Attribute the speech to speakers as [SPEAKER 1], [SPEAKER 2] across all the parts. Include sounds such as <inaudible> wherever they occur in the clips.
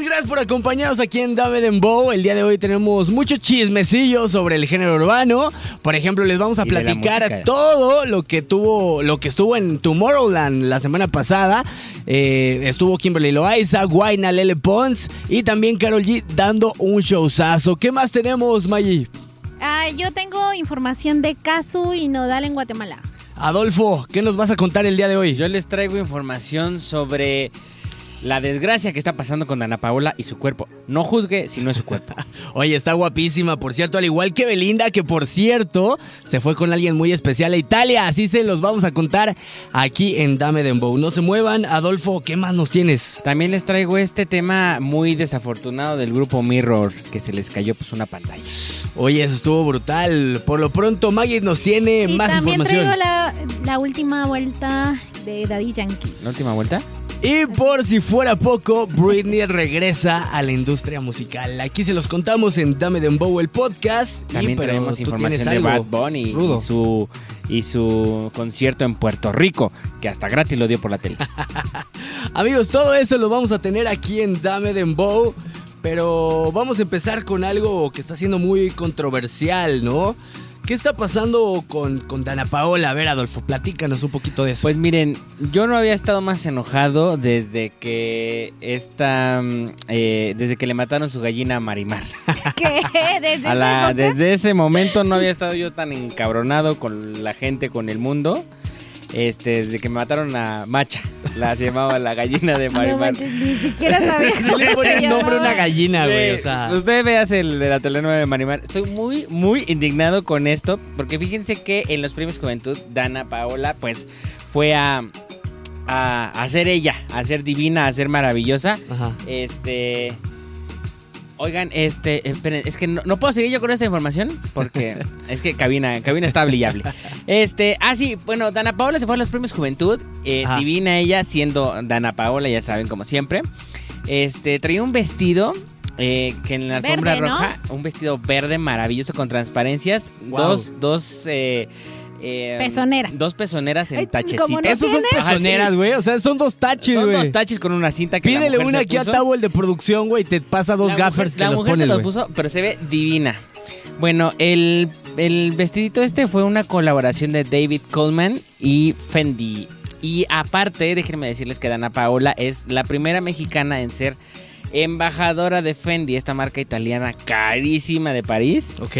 [SPEAKER 1] Gracias por acompañarnos aquí en Dame Dembow. El día de hoy tenemos mucho chismecillo sobre el género urbano. Por ejemplo, les vamos a
[SPEAKER 2] Y de la
[SPEAKER 1] platicar
[SPEAKER 2] música.
[SPEAKER 1] todo lo que tuvo, lo que estuvo en Tomorrowland la semana pasada. Eh, estuvo Kimberly Loaiza, Guayna, Lele Pons y también Carol G dando un showzazo. ¿Qué más tenemos, Maggie?
[SPEAKER 3] Ah, yo tengo información de Casu y Nodal en Guatemala.
[SPEAKER 1] Adolfo, ¿qué nos vas a contar el día de hoy?
[SPEAKER 2] Yo les traigo información sobre la desgracia que está pasando con Ana Paola y su cuerpo. No juzgue si no es su
[SPEAKER 1] <laughs>
[SPEAKER 2] cuerpo.
[SPEAKER 1] Oye, está guapísima, por cierto, al igual que Belinda, que por cierto se fue con alguien muy especial a Italia. Así se los vamos a contar aquí en Dame Dembow. No se muevan, Adolfo, ¿qué más nos tienes?
[SPEAKER 2] También les traigo este tema muy desafortunado del grupo Mirror, que se les cayó pues una pantalla.
[SPEAKER 1] Oye, eso estuvo brutal. Por lo pronto, Maggie nos
[SPEAKER 2] Eh,
[SPEAKER 1] tiene
[SPEAKER 3] y
[SPEAKER 1] más
[SPEAKER 3] también
[SPEAKER 1] información.
[SPEAKER 3] traigo la, la última vuelta de
[SPEAKER 2] <laughs>
[SPEAKER 3] Daddy Yankee.
[SPEAKER 2] La última vuelta.
[SPEAKER 1] Y por si fuera poco, Britney regresa a la industria musical. Aquí se los contamos en Dame Dembow, el podcast. Y,
[SPEAKER 2] También
[SPEAKER 1] pero
[SPEAKER 2] tenemos
[SPEAKER 1] tú
[SPEAKER 2] información de
[SPEAKER 1] tienes
[SPEAKER 2] Bad
[SPEAKER 1] algo
[SPEAKER 2] Bunny y
[SPEAKER 1] rudo.
[SPEAKER 2] su, y su concierto en Puerto Rico, que hasta gratis lo dio por la
[SPEAKER 1] <laughs>
[SPEAKER 2] tele.
[SPEAKER 1] Amigos, todo eso lo vamos a tener aquí en Dame Dembow. Pero vamos a empezar con algo que está siendo muy controversial, ¿no? ¿Qué está pasando con, con Dana Paola? A ver, Adolfo, platícanos un poquito de eso.
[SPEAKER 2] Pues miren, yo no había estado más enojado desde que esta, mm, eh, desde que le mataron su gallina a Marimar.
[SPEAKER 3] ¿Qué? ¿Desde
[SPEAKER 2] A la-
[SPEAKER 3] esa época?
[SPEAKER 2] desde ese momento no había estado yo tan encabronado con la gente, con el mundo. Este, desde que me mataron a Macha, <laughs> la llamaba la gallina de
[SPEAKER 3] No
[SPEAKER 2] Marimar.
[SPEAKER 3] manches, ni siquiera
[SPEAKER 2] <laughs>
[SPEAKER 3] sabía
[SPEAKER 1] Se le pone el nombre a una gallina,
[SPEAKER 3] gallina.
[SPEAKER 1] güey. O
[SPEAKER 2] Sí,
[SPEAKER 1] sea,
[SPEAKER 2] Usted veas el de la telenovela de Marimar. Estoy muy, muy indignado con esto. Porque fíjense que en los premios Juventud, Dana Paola, pues, fue a, a, a ser ella, a ser divina, a ser maravillosa.
[SPEAKER 1] ajá.
[SPEAKER 2] Este. Oigan, este, esperen, es que no, no puedo seguir yo con esta información
[SPEAKER 1] <laughs>
[SPEAKER 2] porque es que cabina, cabina está brillable. Este, ah, sí, bueno, Dana Paola se fue a los premios Juventud, eh,
[SPEAKER 1] Ajá.
[SPEAKER 2] divina ella, siendo Dana Paola, ya saben, como siempre. Este, traía un vestido eh, que en la
[SPEAKER 3] Verde,
[SPEAKER 2] alfombra
[SPEAKER 3] ¿no?
[SPEAKER 2] roja, un vestido verde maravilloso con transparencias,
[SPEAKER 1] Wow.
[SPEAKER 2] dos, dos, eh, eh,
[SPEAKER 3] Pezoneras.
[SPEAKER 2] Dos pezoneras
[SPEAKER 3] Ay,
[SPEAKER 2] en
[SPEAKER 3] como
[SPEAKER 2] tachecita.
[SPEAKER 3] ¿No
[SPEAKER 1] Esas son
[SPEAKER 3] tienes?
[SPEAKER 2] Ah,
[SPEAKER 1] pezoneras, güey. O sea, son dos taches,
[SPEAKER 2] Son dos
[SPEAKER 1] güey.
[SPEAKER 2] taches con una cinta que la
[SPEAKER 1] Pídele
[SPEAKER 2] mujer
[SPEAKER 1] una
[SPEAKER 2] se
[SPEAKER 1] aquí a
[SPEAKER 2] puso.
[SPEAKER 1] Tabo, el de producción, güey. Te pasa dos
[SPEAKER 2] La
[SPEAKER 1] gaffers,
[SPEAKER 2] mujer-
[SPEAKER 1] te
[SPEAKER 2] la
[SPEAKER 1] los
[SPEAKER 2] mujer
[SPEAKER 1] pones,
[SPEAKER 2] se los
[SPEAKER 1] güey.
[SPEAKER 2] puso, pero se ve divina. Bueno, el, el vestidito este fue una colaboración de David Coleman y Fendi. Y aparte, déjenme decirles que Dana Paola es la primera mexicana en ser embajadora de Fendi, esta marca italiana carísima de París.
[SPEAKER 1] Ok.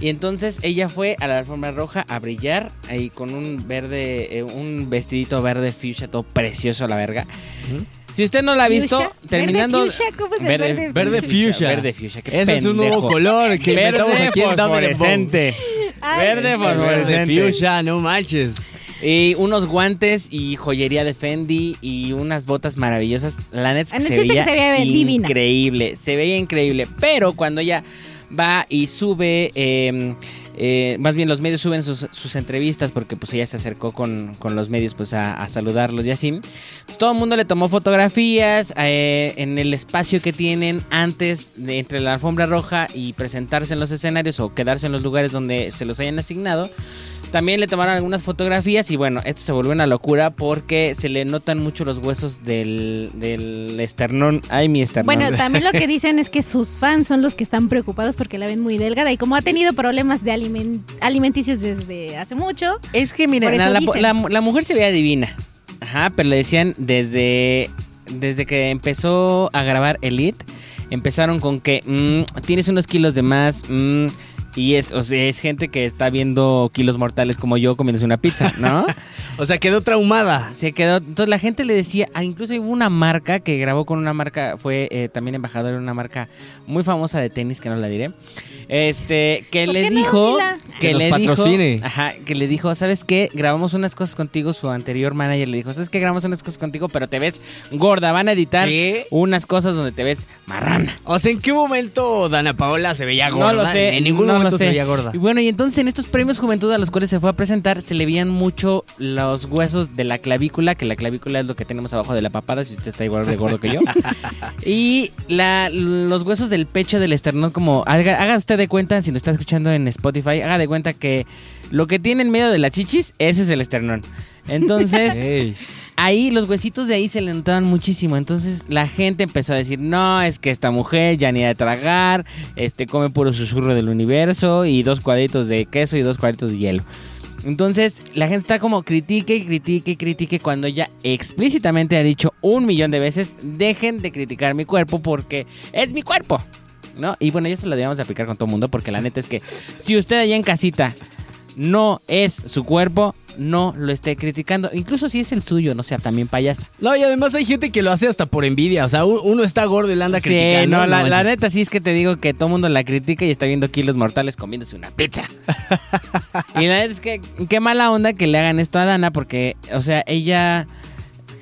[SPEAKER 2] Y entonces ella fue a la alfombra roja a brillar ahí con un verde, eh, un vestidito verde fuchsia, todo precioso a la verga.
[SPEAKER 1] Ujú.
[SPEAKER 2] Si usted no la ha visto,
[SPEAKER 3] Fuchsia.
[SPEAKER 2] terminando...
[SPEAKER 3] Verde fuchsia, ¿cómo se
[SPEAKER 2] Verde-
[SPEAKER 3] pues verde
[SPEAKER 1] verde fuchsia?
[SPEAKER 2] Verde fuchsia, qué
[SPEAKER 1] Ese es un nuevo
[SPEAKER 2] pendejo.
[SPEAKER 1] color que inventamos aquí en Dame Dembow.
[SPEAKER 2] fosforescente.
[SPEAKER 3] Ay,
[SPEAKER 2] Verde
[SPEAKER 3] sí.
[SPEAKER 1] Verde
[SPEAKER 2] fosforescente.
[SPEAKER 1] fuchsia, no manches.
[SPEAKER 2] Y unos guantes y joyería de Fendi y unas botas maravillosas. La neta es
[SPEAKER 3] El
[SPEAKER 2] que, se
[SPEAKER 3] Ah, chiste
[SPEAKER 2] veía,
[SPEAKER 3] que se veía divina.
[SPEAKER 2] increíble. Se veía increíble. Pero cuando ella va y sube, eh, eh, más bien los medios suben sus, sus entrevistas porque pues ella se acercó con, con los medios pues a, a saludarlos y así. Entonces, Pues, todo el mundo le tomó fotografías eh, en el espacio que tienen antes de, entre la alfombra roja y presentarse en los escenarios o quedarse en los lugares donde se los hayan asignado. También le tomaron algunas fotografías y bueno, esto se volvió una locura porque se le notan mucho los huesos del, del esternón. Ay, mi esternón.
[SPEAKER 3] Bueno, también
[SPEAKER 2] <laughs>
[SPEAKER 3] lo que dicen es que sus fans son los que están preocupados porque la ven muy delgada y como ha tenido problemas de alimen- alimenticios desde hace mucho,
[SPEAKER 2] es que miren,
[SPEAKER 3] por
[SPEAKER 2] la,
[SPEAKER 3] eso
[SPEAKER 2] la-
[SPEAKER 3] dicen.
[SPEAKER 2] la- la mujer se veía divina. Ajá, pero le decían desde, desde que empezó a grabar Elite, empezaron con que mm, tienes unos kilos de más. mm, y es, o sea, es gente que está viendo kilos mortales como yo comiéndose una pizza,
[SPEAKER 3] <laughs>
[SPEAKER 2] ¿no?
[SPEAKER 1] O sea, quedó traumada.
[SPEAKER 2] Se quedó. Entonces la gente le decía, ah, incluso hubo una marca que grabó con una marca, fue eh, también embajadora de una marca muy famosa de tenis, que no la diré. Este, que
[SPEAKER 3] ¿Por
[SPEAKER 2] le
[SPEAKER 3] qué no,
[SPEAKER 2] dijo.
[SPEAKER 3] dila?
[SPEAKER 1] Que nos
[SPEAKER 2] le
[SPEAKER 1] patrocine.
[SPEAKER 2] Dijo, ajá, que le dijo, ¿sabes qué? Grabamos unas cosas contigo. Su anterior manager le dijo, ¿sabes qué? Grabamos unas cosas contigo, pero te ves gorda. Van a editar
[SPEAKER 1] ¿Qué?
[SPEAKER 2] unas cosas donde te ves marrana.
[SPEAKER 1] O sea, ¿en qué momento Dana Paola se veía gorda?
[SPEAKER 2] No lo sé.
[SPEAKER 1] En ningún
[SPEAKER 2] no lo
[SPEAKER 1] momento se
[SPEAKER 2] sé.
[SPEAKER 1] veía gorda.
[SPEAKER 2] Y bueno, y entonces en estos premios Juventud a los cuales se fue a presentar, se le veían mucho los huesos de la clavícula, que la clavícula es lo que tenemos abajo de la papada, si usted está igual de gordo que yo. y la- los huesos del pecho del esternón, como haga, haga usted de cuenta, si lo está escuchando en Spotify, haga de
[SPEAKER 1] <laughs>
[SPEAKER 2] Pues, cuenta que lo que tiene en medio de las chichis, ese es el esternón. Entonces,
[SPEAKER 1] Ey.
[SPEAKER 2] ahí los huesitos de ahí se le notaban muchísimo. Entonces la gente empezó a decir, no, es que esta mujer ya ni ha de tragar, este come puro susurro del universo y dos cuadritos de queso y dos cuadritos de hielo. Entonces la gente está como critique, critique, critique cuando ya explícitamente ha dicho un millón de veces, dejen de criticar mi cuerpo porque es mi cuerpo. ¿No? Y bueno, y eso lo debíamos de aplicar con todo el mundo porque la neta es que si usted allá en casita no es su cuerpo, no lo esté criticando. Incluso si es el suyo, no sea también payasa.
[SPEAKER 1] No, y además hay gente que lo hace hasta por envidia. O sea, u- uno está gordo y la anda
[SPEAKER 2] Sí,
[SPEAKER 1] criticando.
[SPEAKER 2] no, la,
[SPEAKER 1] manches.
[SPEAKER 2] la neta sí es que te digo que todo el mundo la critica y está viendo kilos mortales comiéndose una pizza.
[SPEAKER 1] <laughs>
[SPEAKER 2] y la neta es que qué mala onda que le hagan esto a Dana porque, o sea, ella...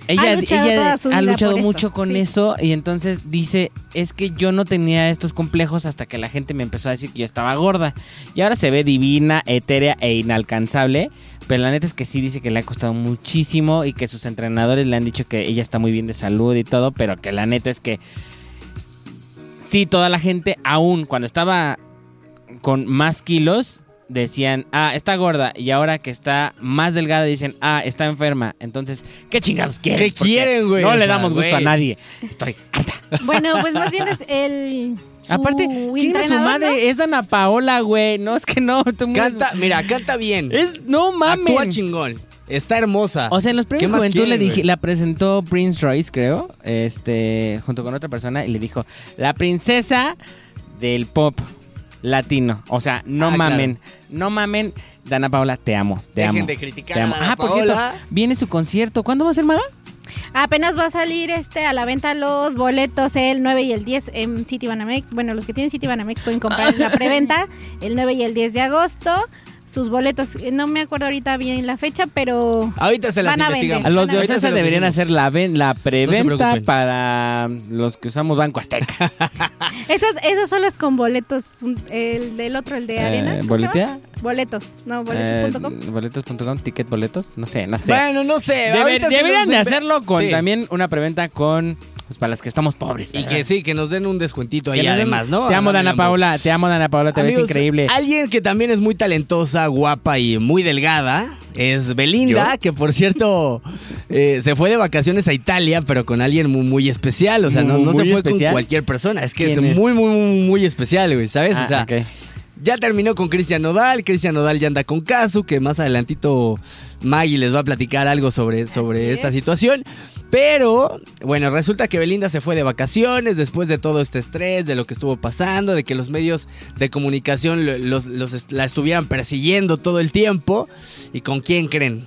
[SPEAKER 2] Ella
[SPEAKER 3] Ha luchado
[SPEAKER 2] ella
[SPEAKER 3] toda su
[SPEAKER 2] ha
[SPEAKER 3] vida
[SPEAKER 2] luchado
[SPEAKER 3] por esto,
[SPEAKER 2] mucho con
[SPEAKER 3] sí.
[SPEAKER 2] eso y entonces dice, es que yo no tenía estos complejos hasta que la gente me empezó a decir que yo estaba gorda. Y ahora se ve divina, etérea e inalcanzable. Pero la neta es que sí dice que le ha costado muchísimo y que sus entrenadores le han dicho que ella está muy bien de salud y todo, pero que la neta es que sí, toda la gente aún cuando estaba con más kilos decían, ah, está gorda y ahora que está más delgada dicen, ah, está enferma. Entonces, ¿qué chingados quieren?
[SPEAKER 1] ¿Qué quieren, güey?
[SPEAKER 2] No
[SPEAKER 1] O
[SPEAKER 2] le
[SPEAKER 1] sea,
[SPEAKER 2] damos gusto
[SPEAKER 1] güey.
[SPEAKER 2] a nadie. Estoy harta.
[SPEAKER 3] Bueno, pues más bien es el. su
[SPEAKER 2] Aparte, chinga su
[SPEAKER 3] entrenador,
[SPEAKER 2] madre,
[SPEAKER 3] ¿no?
[SPEAKER 2] es Dana Paola, güey. No, es que no. tú muy-
[SPEAKER 1] Canta, mira, canta bien.
[SPEAKER 2] Es, no mames.
[SPEAKER 1] Actúa chingón. Está hermosa.
[SPEAKER 2] O sea, en los premios
[SPEAKER 1] Ah. más
[SPEAKER 2] Juventud le
[SPEAKER 1] quieren,
[SPEAKER 2] dije,
[SPEAKER 1] güey?
[SPEAKER 2] la presentó Prince Royce, creo, este, junto con otra persona, y le dijo, la princesa del pop latino. O sea, no
[SPEAKER 1] Ah, claro.
[SPEAKER 2] mamen, no mamen. Dana Paola, te amo, te
[SPEAKER 1] Dejen
[SPEAKER 2] amo.
[SPEAKER 1] de criticar
[SPEAKER 2] Te amo.
[SPEAKER 1] a Dana
[SPEAKER 2] Ah, por cierto,
[SPEAKER 1] Paola.
[SPEAKER 2] viene su concierto. ¿Cuándo va a ser, Maga?
[SPEAKER 3] Apenas va a salir este a la venta los boletos el 9 y el 10 en City Banamex. Bueno, los que tienen City Banamex pueden comprar
[SPEAKER 1] <laughs>
[SPEAKER 3] en la preventa el 9 y el 10 de agosto. Sus boletos, eh, no me acuerdo ahorita bien la fecha, pero
[SPEAKER 1] Ahorita se las
[SPEAKER 3] Van a
[SPEAKER 1] investigamos.
[SPEAKER 2] A
[SPEAKER 3] vender.
[SPEAKER 2] Los de
[SPEAKER 1] Ahorita
[SPEAKER 2] Ocensa
[SPEAKER 1] se las
[SPEAKER 2] deberían
[SPEAKER 1] decimos.
[SPEAKER 2] hacer la, ven- la preventa
[SPEAKER 1] preocupen.
[SPEAKER 2] para los que usamos Banco Azteca.
[SPEAKER 3] esos, esos son los con boletos. pun- El del otro, el de
[SPEAKER 2] Eh,
[SPEAKER 3] Arena. ¿cómo se llama?
[SPEAKER 2] ¿Boletea?
[SPEAKER 3] Boletos, no,
[SPEAKER 2] Eh,
[SPEAKER 3] boletos.com.
[SPEAKER 2] boletos.com, ticket boletos. No sé, no sé.
[SPEAKER 1] Bueno, no sé.
[SPEAKER 2] Deber-
[SPEAKER 1] ahorita se
[SPEAKER 2] deberían
[SPEAKER 1] los
[SPEAKER 2] de
[SPEAKER 1] desve-
[SPEAKER 2] hacerlo con
[SPEAKER 1] Sí.
[SPEAKER 2] también una preventa con pues, para los que estamos pobres.
[SPEAKER 1] Y
[SPEAKER 2] ¿verdad?
[SPEAKER 1] que sí, que nos den un descuentito
[SPEAKER 2] Que
[SPEAKER 1] ahí
[SPEAKER 2] nos den-
[SPEAKER 1] además, ¿no?
[SPEAKER 2] Te amo, Dana
[SPEAKER 1] Dame,
[SPEAKER 2] Paula, te amo, Dana Paula, te ves
[SPEAKER 1] Amigos,
[SPEAKER 2] increíble.
[SPEAKER 3] ah,
[SPEAKER 1] Alguien que también es muy talentosa, guapa y muy delgada es Belinda, que por cierto eh, se fue de vacaciones a Italia, pero con alguien muy, muy especial. O sea, no,
[SPEAKER 2] Muy,
[SPEAKER 1] no se
[SPEAKER 2] muy
[SPEAKER 1] fue
[SPEAKER 2] especial.
[SPEAKER 1] con cualquier persona. Es que es,
[SPEAKER 2] ¿Quién es?
[SPEAKER 1] muy, muy, muy, muy especial, güey, ¿sabes?
[SPEAKER 2] Ah,
[SPEAKER 1] o sea,
[SPEAKER 2] ok.
[SPEAKER 1] ya terminó con Cristian Nodal. Cristian Nodal ya anda con Kazu, que más adelantito Maggie les va a platicar algo sobre, sobre
[SPEAKER 3] Así
[SPEAKER 1] esta
[SPEAKER 3] es.
[SPEAKER 1] situación. Pero, bueno, resulta que Belinda se fue de vacaciones después de todo este estrés, de lo que estuvo pasando, de que los medios de comunicación lo- los, los est- la estuvieran persiguiendo todo el tiempo. ¿Y con quién creen?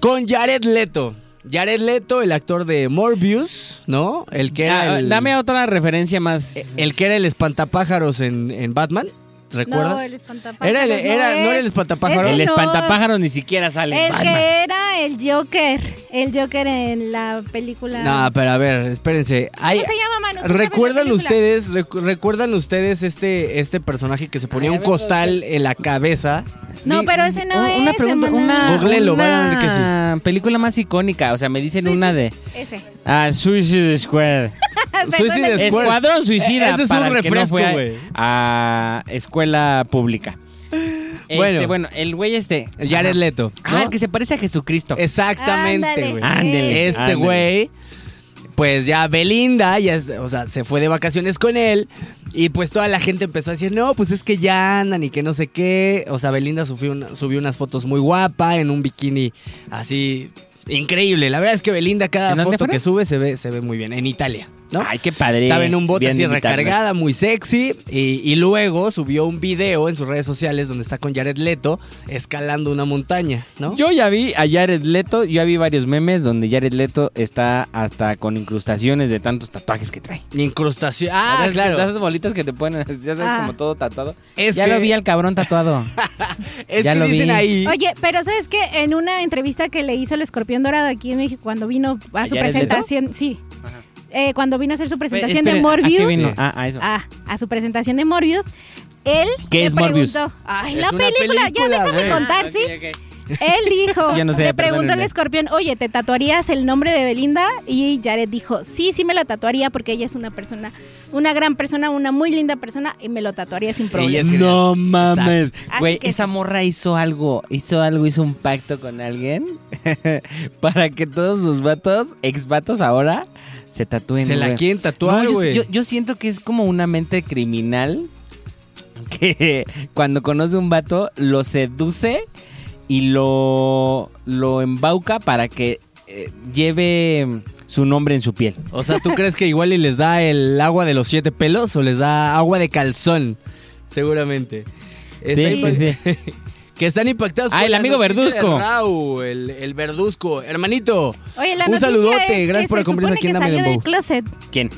[SPEAKER 1] Con Jared Leto. Jared Leto, el actor de Morbius, ¿no? El que era
[SPEAKER 2] Ah,
[SPEAKER 1] el,
[SPEAKER 2] Dame otra referencia más.
[SPEAKER 3] Eh,
[SPEAKER 1] el que era el espantapájaros en, en Batman. ¿Recuerdas?
[SPEAKER 3] No, el espantapájaros
[SPEAKER 1] Era el-
[SPEAKER 3] no
[SPEAKER 1] era- no
[SPEAKER 3] es.
[SPEAKER 1] era el espantapájaro.
[SPEAKER 3] Es
[SPEAKER 2] el
[SPEAKER 3] no-
[SPEAKER 2] espantapájaros ni siquiera sale. en
[SPEAKER 3] El
[SPEAKER 2] Batman.
[SPEAKER 3] que era el Joker. El Joker en la película.
[SPEAKER 1] No, pero a ver, espérense. Hay-
[SPEAKER 3] ¿Cómo se llama, Manu? ¿Tú sabes la
[SPEAKER 1] ¿Recuerdan
[SPEAKER 3] película?
[SPEAKER 1] ustedes, recu- recuerdan ustedes este, este personaje que se ponía
[SPEAKER 2] Ay, a
[SPEAKER 1] un
[SPEAKER 2] ver,
[SPEAKER 1] costal en la cabeza?
[SPEAKER 3] No,
[SPEAKER 2] Di-
[SPEAKER 3] pero ese no
[SPEAKER 2] una
[SPEAKER 3] es.
[SPEAKER 2] Una pregunta,
[SPEAKER 3] hermana.
[SPEAKER 2] una,
[SPEAKER 1] Googlelo,
[SPEAKER 2] una
[SPEAKER 1] van a ver que sí.
[SPEAKER 2] película más icónica. O sea, me dicen
[SPEAKER 3] Sí,
[SPEAKER 2] una
[SPEAKER 3] sí.
[SPEAKER 2] de.
[SPEAKER 3] Ese. Ah,
[SPEAKER 2] Ah,
[SPEAKER 3] pues,
[SPEAKER 2] Suicide Squad.
[SPEAKER 1] Suicide
[SPEAKER 3] Recuerda-
[SPEAKER 1] Squad.
[SPEAKER 2] Escuadrón Suicida.
[SPEAKER 1] Ese es
[SPEAKER 2] para
[SPEAKER 1] un
[SPEAKER 2] el que no
[SPEAKER 1] refresco,
[SPEAKER 2] fue a-
[SPEAKER 1] güey.
[SPEAKER 2] a escuela pública. Este,
[SPEAKER 1] Bueno.
[SPEAKER 2] bueno. el güey este.
[SPEAKER 1] El Jared
[SPEAKER 2] Ajá.
[SPEAKER 1] Leto. ¿no?
[SPEAKER 2] Ah, el que se parece a Jesucristo.
[SPEAKER 1] Exactamente,
[SPEAKER 3] Ándale.
[SPEAKER 1] güey.
[SPEAKER 2] Ándele.
[SPEAKER 1] Este
[SPEAKER 2] ándele.
[SPEAKER 1] güey, pues ya Belinda, ya, es- o sea, se fue de vacaciones con él. Y pues toda la gente empezó a decir, no, pues es que ya andan y que no sé qué. O sea, Belinda subió, una- subió unas fotos muy guapa en un bikini así increíble. La verdad es que Belinda cada
[SPEAKER 2] ¿En dónde
[SPEAKER 1] foto
[SPEAKER 2] fuera?
[SPEAKER 1] que sube se ve, se ve muy bien. En Italia, ¿no?
[SPEAKER 2] Ay, qué padre.
[SPEAKER 1] Estaba en un bote
[SPEAKER 2] Bien
[SPEAKER 1] así
[SPEAKER 2] invitado.
[SPEAKER 1] recargada, muy sexy. Y, y luego subió un video en sus redes sociales donde está con Jared Leto escalando una montaña, ¿no?
[SPEAKER 2] Yo ya vi a Jared Leto, yo ya vi varios memes donde Jared Leto está hasta con incrustaciones de tantos tatuajes que trae.
[SPEAKER 1] Incrustación. Ah,
[SPEAKER 2] ¿Sabes?
[SPEAKER 1] claro.
[SPEAKER 2] Esas bolitas que te ponen, <laughs> ya sabes,
[SPEAKER 3] Ah.
[SPEAKER 2] como todo tatuado.
[SPEAKER 1] Es
[SPEAKER 2] ya
[SPEAKER 1] que-
[SPEAKER 2] lo vi al cabrón tatuado.
[SPEAKER 1] Es
[SPEAKER 2] Ya
[SPEAKER 1] que
[SPEAKER 2] lo
[SPEAKER 1] dicen
[SPEAKER 2] vi.
[SPEAKER 1] ahí.
[SPEAKER 3] Oye, pero ¿sabes qué? En una entrevista que le hizo el Escorpión Dorado aquí en México, cuando vino a su
[SPEAKER 2] ¿Jared Leto?
[SPEAKER 3] presentación, sí, Eh, cuando vino a hacer su presentación
[SPEAKER 2] Esperen,
[SPEAKER 3] de
[SPEAKER 2] Pues, ¿A qué
[SPEAKER 3] Morbius,
[SPEAKER 2] vino?
[SPEAKER 1] Sí.
[SPEAKER 2] Ah, a eso.
[SPEAKER 3] ah, a su presentación de Morbius, él
[SPEAKER 2] ¿Qué
[SPEAKER 3] le
[SPEAKER 2] es Morbius?
[SPEAKER 3] preguntó, ay,
[SPEAKER 1] Es
[SPEAKER 3] la
[SPEAKER 1] una
[SPEAKER 3] película, ya
[SPEAKER 1] película,
[SPEAKER 3] déjame
[SPEAKER 1] güey. Ah,
[SPEAKER 3] contar, sí. Él dijo,
[SPEAKER 2] <laughs> Ya no sé,
[SPEAKER 3] le preguntó al
[SPEAKER 2] perdónenme.
[SPEAKER 3] escorpión, oye, ¿te tatuarías el nombre de Belinda? Y Jared dijo, sí, sí me la tatuaría porque ella es una persona, una gran persona, una muy linda persona y me lo tatuaría sin problema.
[SPEAKER 1] Ella es genial.
[SPEAKER 2] No mames.
[SPEAKER 3] Así
[SPEAKER 2] Güey,
[SPEAKER 3] que
[SPEAKER 2] esa
[SPEAKER 3] sí.
[SPEAKER 2] morra hizo algo, hizo algo, hizo un pacto con alguien <laughs> para que todos sus vatos, ex vatos ahora, se tatúen.
[SPEAKER 1] Se la
[SPEAKER 2] güey.
[SPEAKER 1] quieren tatuar,
[SPEAKER 2] No, yo-
[SPEAKER 1] güey.
[SPEAKER 2] yo, yo siento que es como una mente criminal que <laughs> cuando conoce un vato lo seduce y lo, lo embauca para que eh, lleve su nombre en su piel.
[SPEAKER 1] O sea, ¿tú crees que igual y les da el agua de los siete pelos o les da agua de calzón? Seguramente. Está
[SPEAKER 2] Sí,
[SPEAKER 1] impa-
[SPEAKER 2] sí, sí.
[SPEAKER 1] Que están impactados.
[SPEAKER 2] Ah,
[SPEAKER 1] con
[SPEAKER 2] el
[SPEAKER 1] la
[SPEAKER 2] amigo
[SPEAKER 1] noticia de
[SPEAKER 2] Verduzco.
[SPEAKER 1] Rau, el, el verduzco. Hermanito,
[SPEAKER 3] Oye, la
[SPEAKER 1] Un
[SPEAKER 3] noticia
[SPEAKER 1] saludote,
[SPEAKER 3] es que
[SPEAKER 1] gracias por
[SPEAKER 3] se
[SPEAKER 1] acompañarnos aquí
[SPEAKER 3] supone
[SPEAKER 1] en
[SPEAKER 3] que
[SPEAKER 1] Dame
[SPEAKER 3] salió
[SPEAKER 1] Dembow.
[SPEAKER 3] del closet
[SPEAKER 2] ¿Quién?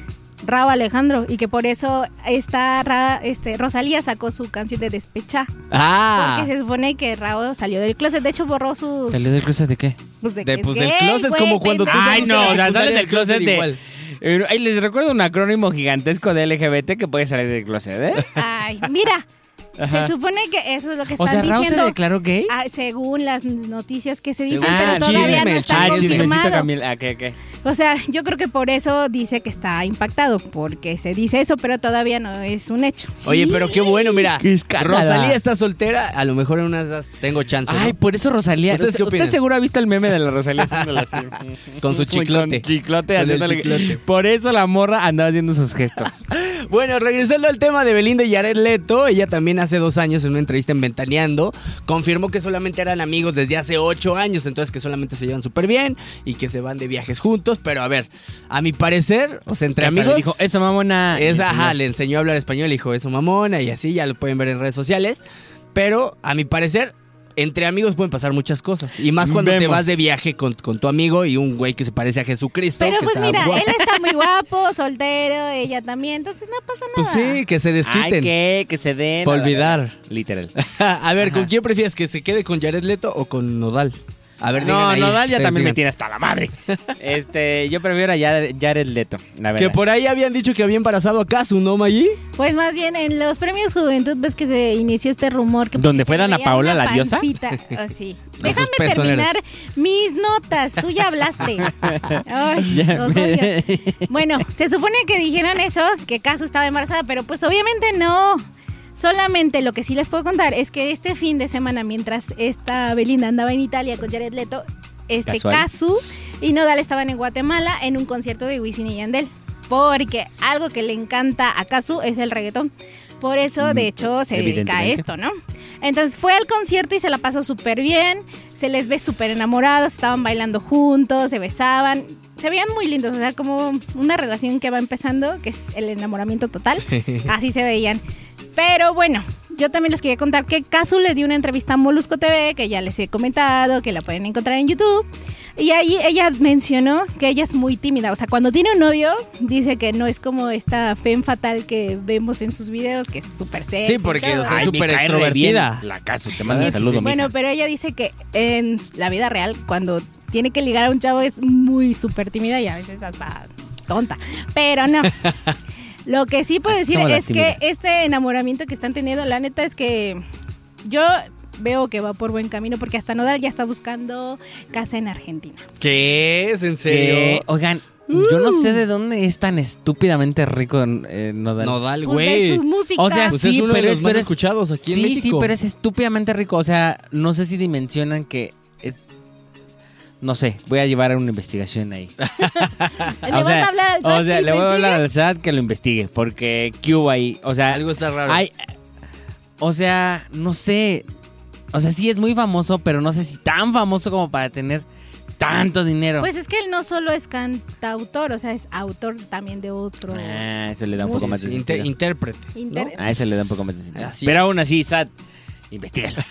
[SPEAKER 3] Rao Alejandro y que por eso está Ra- este, Rosalía sacó su canción de despecha.
[SPEAKER 1] Ah,
[SPEAKER 3] Porque se supone que Rao salió del closet. De hecho, borró sus.
[SPEAKER 2] ¿Salió del cruce de qué?
[SPEAKER 3] pues, de
[SPEAKER 1] de,
[SPEAKER 3] que
[SPEAKER 1] pues
[SPEAKER 3] es
[SPEAKER 1] del
[SPEAKER 3] gay,
[SPEAKER 1] closet,
[SPEAKER 3] güey,
[SPEAKER 1] como cuando tú
[SPEAKER 3] pendejo.
[SPEAKER 2] Ay,
[SPEAKER 1] saliste
[SPEAKER 2] no,
[SPEAKER 1] de la
[SPEAKER 2] o sea,
[SPEAKER 1] secundaria
[SPEAKER 2] sales del closet de-
[SPEAKER 1] igual.
[SPEAKER 2] Eh, ay, les recuerdo un acrónimo gigantesco de LGBT que puede salir del closet, ¿eh?
[SPEAKER 3] Ay, mira,
[SPEAKER 2] Ajá.
[SPEAKER 3] se supone que eso es lo que están
[SPEAKER 2] O sea, Raúl se
[SPEAKER 3] diciendo.
[SPEAKER 2] declaró gay.
[SPEAKER 3] ah, según las noticias que se dicen,
[SPEAKER 1] Según-
[SPEAKER 3] pero
[SPEAKER 1] Ah,
[SPEAKER 3] todavía
[SPEAKER 1] chisme,
[SPEAKER 3] no
[SPEAKER 1] chisme.
[SPEAKER 3] está
[SPEAKER 2] Ah, chismecito
[SPEAKER 3] confirmado.
[SPEAKER 2] Camila. Ah, ¿qué, qué?
[SPEAKER 3] O sea, yo creo que por eso dice que está impactado, porque se dice eso, pero todavía no es un hecho.
[SPEAKER 1] Oye, pero qué bueno, mira.
[SPEAKER 2] Qué escándala.
[SPEAKER 1] Rosalía está soltera, a lo mejor en una de esas tengo chance. ¿no?
[SPEAKER 2] Ay, por eso Rosalía.
[SPEAKER 1] ¿Ustedes
[SPEAKER 2] ¿Usted,
[SPEAKER 1] qué opinan?
[SPEAKER 2] usted seguro ha visto el meme de la Rosalía haciéndole así.
[SPEAKER 1] <laughs> Con su chiclote.
[SPEAKER 2] Con chiclote,
[SPEAKER 1] Con el
[SPEAKER 2] haciéndole-
[SPEAKER 1] chiclote.
[SPEAKER 2] Por eso la morra andaba haciendo sus
[SPEAKER 1] <laughs>
[SPEAKER 2] gestos.
[SPEAKER 1] Bueno, regresando al tema de Belinda y Jared Leto, ella también hace dos años en una entrevista en Ventaneando confirmó que solamente eran amigos desde hace ocho años, entonces que solamente se llevan súper bien y que se van de viajes juntos, pero a ver, a mi parecer, o sea, entre
[SPEAKER 2] Que hasta
[SPEAKER 1] amigos...
[SPEAKER 2] le Dijo, esa mamona.
[SPEAKER 1] Es,
[SPEAKER 2] Y
[SPEAKER 1] ajá,
[SPEAKER 2] enseñó.
[SPEAKER 1] le enseñó a hablar español, hijo de su mamona y así, ya lo pueden ver en redes sociales. Pero, a mi parecer, entre amigos pueden pasar muchas cosas. Y más cuando te
[SPEAKER 2] Vemos.
[SPEAKER 1] vas de viaje con, con tu amigo y un güey que se parece a Jesucristo.
[SPEAKER 3] Pero
[SPEAKER 1] que
[SPEAKER 3] pues
[SPEAKER 1] está
[SPEAKER 3] mira,
[SPEAKER 1] guapo.
[SPEAKER 3] él está muy guapo, soltero, ella también, entonces no pasa nada.
[SPEAKER 1] Pues sí, que se
[SPEAKER 2] Ay,
[SPEAKER 1] desquiten.
[SPEAKER 2] que, que se den.
[SPEAKER 1] Por
[SPEAKER 2] a la
[SPEAKER 1] olvidar.
[SPEAKER 2] verga. Literal.
[SPEAKER 1] <laughs> a ver, ¿con
[SPEAKER 2] Ajá.
[SPEAKER 1] quién prefieres? ¿Que se quede con Jared Leto o con Nodal? A ver, digan
[SPEAKER 2] No,
[SPEAKER 1] ahí,
[SPEAKER 2] Nodal ya
[SPEAKER 1] ustedes
[SPEAKER 2] también me
[SPEAKER 1] digan.
[SPEAKER 2] tiene hasta
[SPEAKER 1] <laughs>
[SPEAKER 2] la madre. Este, yo prefiero a Jared, Jared Leto, la verdad.
[SPEAKER 1] Que por ahí habían dicho que había embarazado a Kazu, ¿no, Maggie?
[SPEAKER 3] Pues más bien en los premios Juventud ves que se inició este rumor que
[SPEAKER 2] ¿Dónde fue
[SPEAKER 3] porque se le
[SPEAKER 2] Dana
[SPEAKER 3] veía
[SPEAKER 2] Paola,
[SPEAKER 3] una
[SPEAKER 2] la diosa? <laughs>
[SPEAKER 3] pancita, así.
[SPEAKER 1] sus
[SPEAKER 3] Déjame
[SPEAKER 1] pezoneras.
[SPEAKER 3] terminar mis notas, tú
[SPEAKER 2] <laughs>
[SPEAKER 3] ya hablaste. Ay,
[SPEAKER 2] <laughs> Ya
[SPEAKER 3] los
[SPEAKER 2] me-
[SPEAKER 3] odio.
[SPEAKER 2] <laughs>
[SPEAKER 3] Bueno, se supone que dijeron eso, que Caso estaba embarazada, pero pues obviamente no. Solamente lo que sí les puedo contar es que este fin de semana, mientras esta Belinda andaba en Italia con Jared Leto, este
[SPEAKER 2] Casual.
[SPEAKER 3] Casu y Nodal estaban en Guatemala en un concierto de Wisin y Yandel. Porque algo que le encanta a Casu es el reggaetón. Por eso,
[SPEAKER 2] Mm,
[SPEAKER 3] de hecho, se dedica a
[SPEAKER 2] evidentemente.
[SPEAKER 3] esto, ¿no? Entonces fue al concierto y se la pasó súper bien. Se les ve súper enamorados, estaban bailando juntos, se besaban. Se veían muy lindos, o sea, como una relación que va empezando, que es el enamoramiento total.
[SPEAKER 1] <laughs>
[SPEAKER 3] Así se veían. Pero bueno, yo también les quería contar que Casu le dio una entrevista a Molusco TV, que ya les he comentado, que la pueden encontrar en YouTube. Y ahí ella mencionó que ella es muy tímida. O sea, cuando tiene un novio, dice que no es como esta fe fatal que vemos en sus videos, que es súper sexy.
[SPEAKER 1] Sí, porque,
[SPEAKER 3] y todo.
[SPEAKER 1] o sea,
[SPEAKER 2] Ay, me
[SPEAKER 1] súper
[SPEAKER 2] cae re
[SPEAKER 1] extrovertida.
[SPEAKER 2] bien La caso, te mando
[SPEAKER 1] Sí,
[SPEAKER 2] un
[SPEAKER 1] sí,
[SPEAKER 2] Ah, saludo,
[SPEAKER 1] sí.
[SPEAKER 3] Bueno,
[SPEAKER 2] mija.
[SPEAKER 3] pero ella dice que en la vida real, cuando tiene que ligar a un chavo, es muy súper tímida y a veces hasta tonta.
[SPEAKER 2] <laughs>
[SPEAKER 3] Pero no. Lo que sí puedo
[SPEAKER 2] Así
[SPEAKER 3] decir
[SPEAKER 2] somos las
[SPEAKER 3] es que
[SPEAKER 2] tímidas.
[SPEAKER 3] este enamoramiento que están teniendo, la neta es que yo veo que va por buen camino porque hasta Nodal ya está buscando casa en Argentina.
[SPEAKER 1] ¿Qué es? ¿En
[SPEAKER 2] Que,
[SPEAKER 1] serio?
[SPEAKER 2] oigan, yo no sé de dónde es tan estúpidamente rico eh, Nodal.
[SPEAKER 1] Nodal,
[SPEAKER 3] Pues de
[SPEAKER 1] güey.
[SPEAKER 3] su música.
[SPEAKER 2] O sea,
[SPEAKER 1] Pues
[SPEAKER 2] Sí,
[SPEAKER 1] es uno
[SPEAKER 2] pero
[SPEAKER 1] de
[SPEAKER 2] es-
[SPEAKER 1] los más
[SPEAKER 2] pero es-
[SPEAKER 1] escuchados aquí en
[SPEAKER 2] sí,
[SPEAKER 1] México.
[SPEAKER 2] sí, pero es estúpidamente rico. O sea, no sé si dimensionan que. es- No sé, voy a llevar una
[SPEAKER 1] <laughs>
[SPEAKER 2] investigación ahí.
[SPEAKER 3] ¿Le
[SPEAKER 2] o
[SPEAKER 3] vas
[SPEAKER 2] sea,
[SPEAKER 3] a hablar al
[SPEAKER 2] O
[SPEAKER 3] SAT
[SPEAKER 2] sea,
[SPEAKER 3] que
[SPEAKER 2] le voy a
[SPEAKER 3] investigue?
[SPEAKER 2] hablar al SAT que lo investigue, porque ¿qué hubo ahí? O sea,
[SPEAKER 1] Algo está raro.
[SPEAKER 2] hay. O sea, no sé. O sea, sí es muy famoso, pero no sé si tan famoso como para tener tanto dinero.
[SPEAKER 3] Pues es que él no solo es cantautor, o sea, es autor también de otros.
[SPEAKER 2] Ah, eso le da un
[SPEAKER 3] pues,
[SPEAKER 1] Sí,
[SPEAKER 2] poco más
[SPEAKER 1] sí,
[SPEAKER 2] de
[SPEAKER 1] inter-
[SPEAKER 2] sentido.
[SPEAKER 1] intérprete.
[SPEAKER 3] Inter-
[SPEAKER 2] Ah, eso le da un poco más de sentido.
[SPEAKER 1] Así
[SPEAKER 2] pero
[SPEAKER 1] es.
[SPEAKER 2] aún así, SAT, investigalo.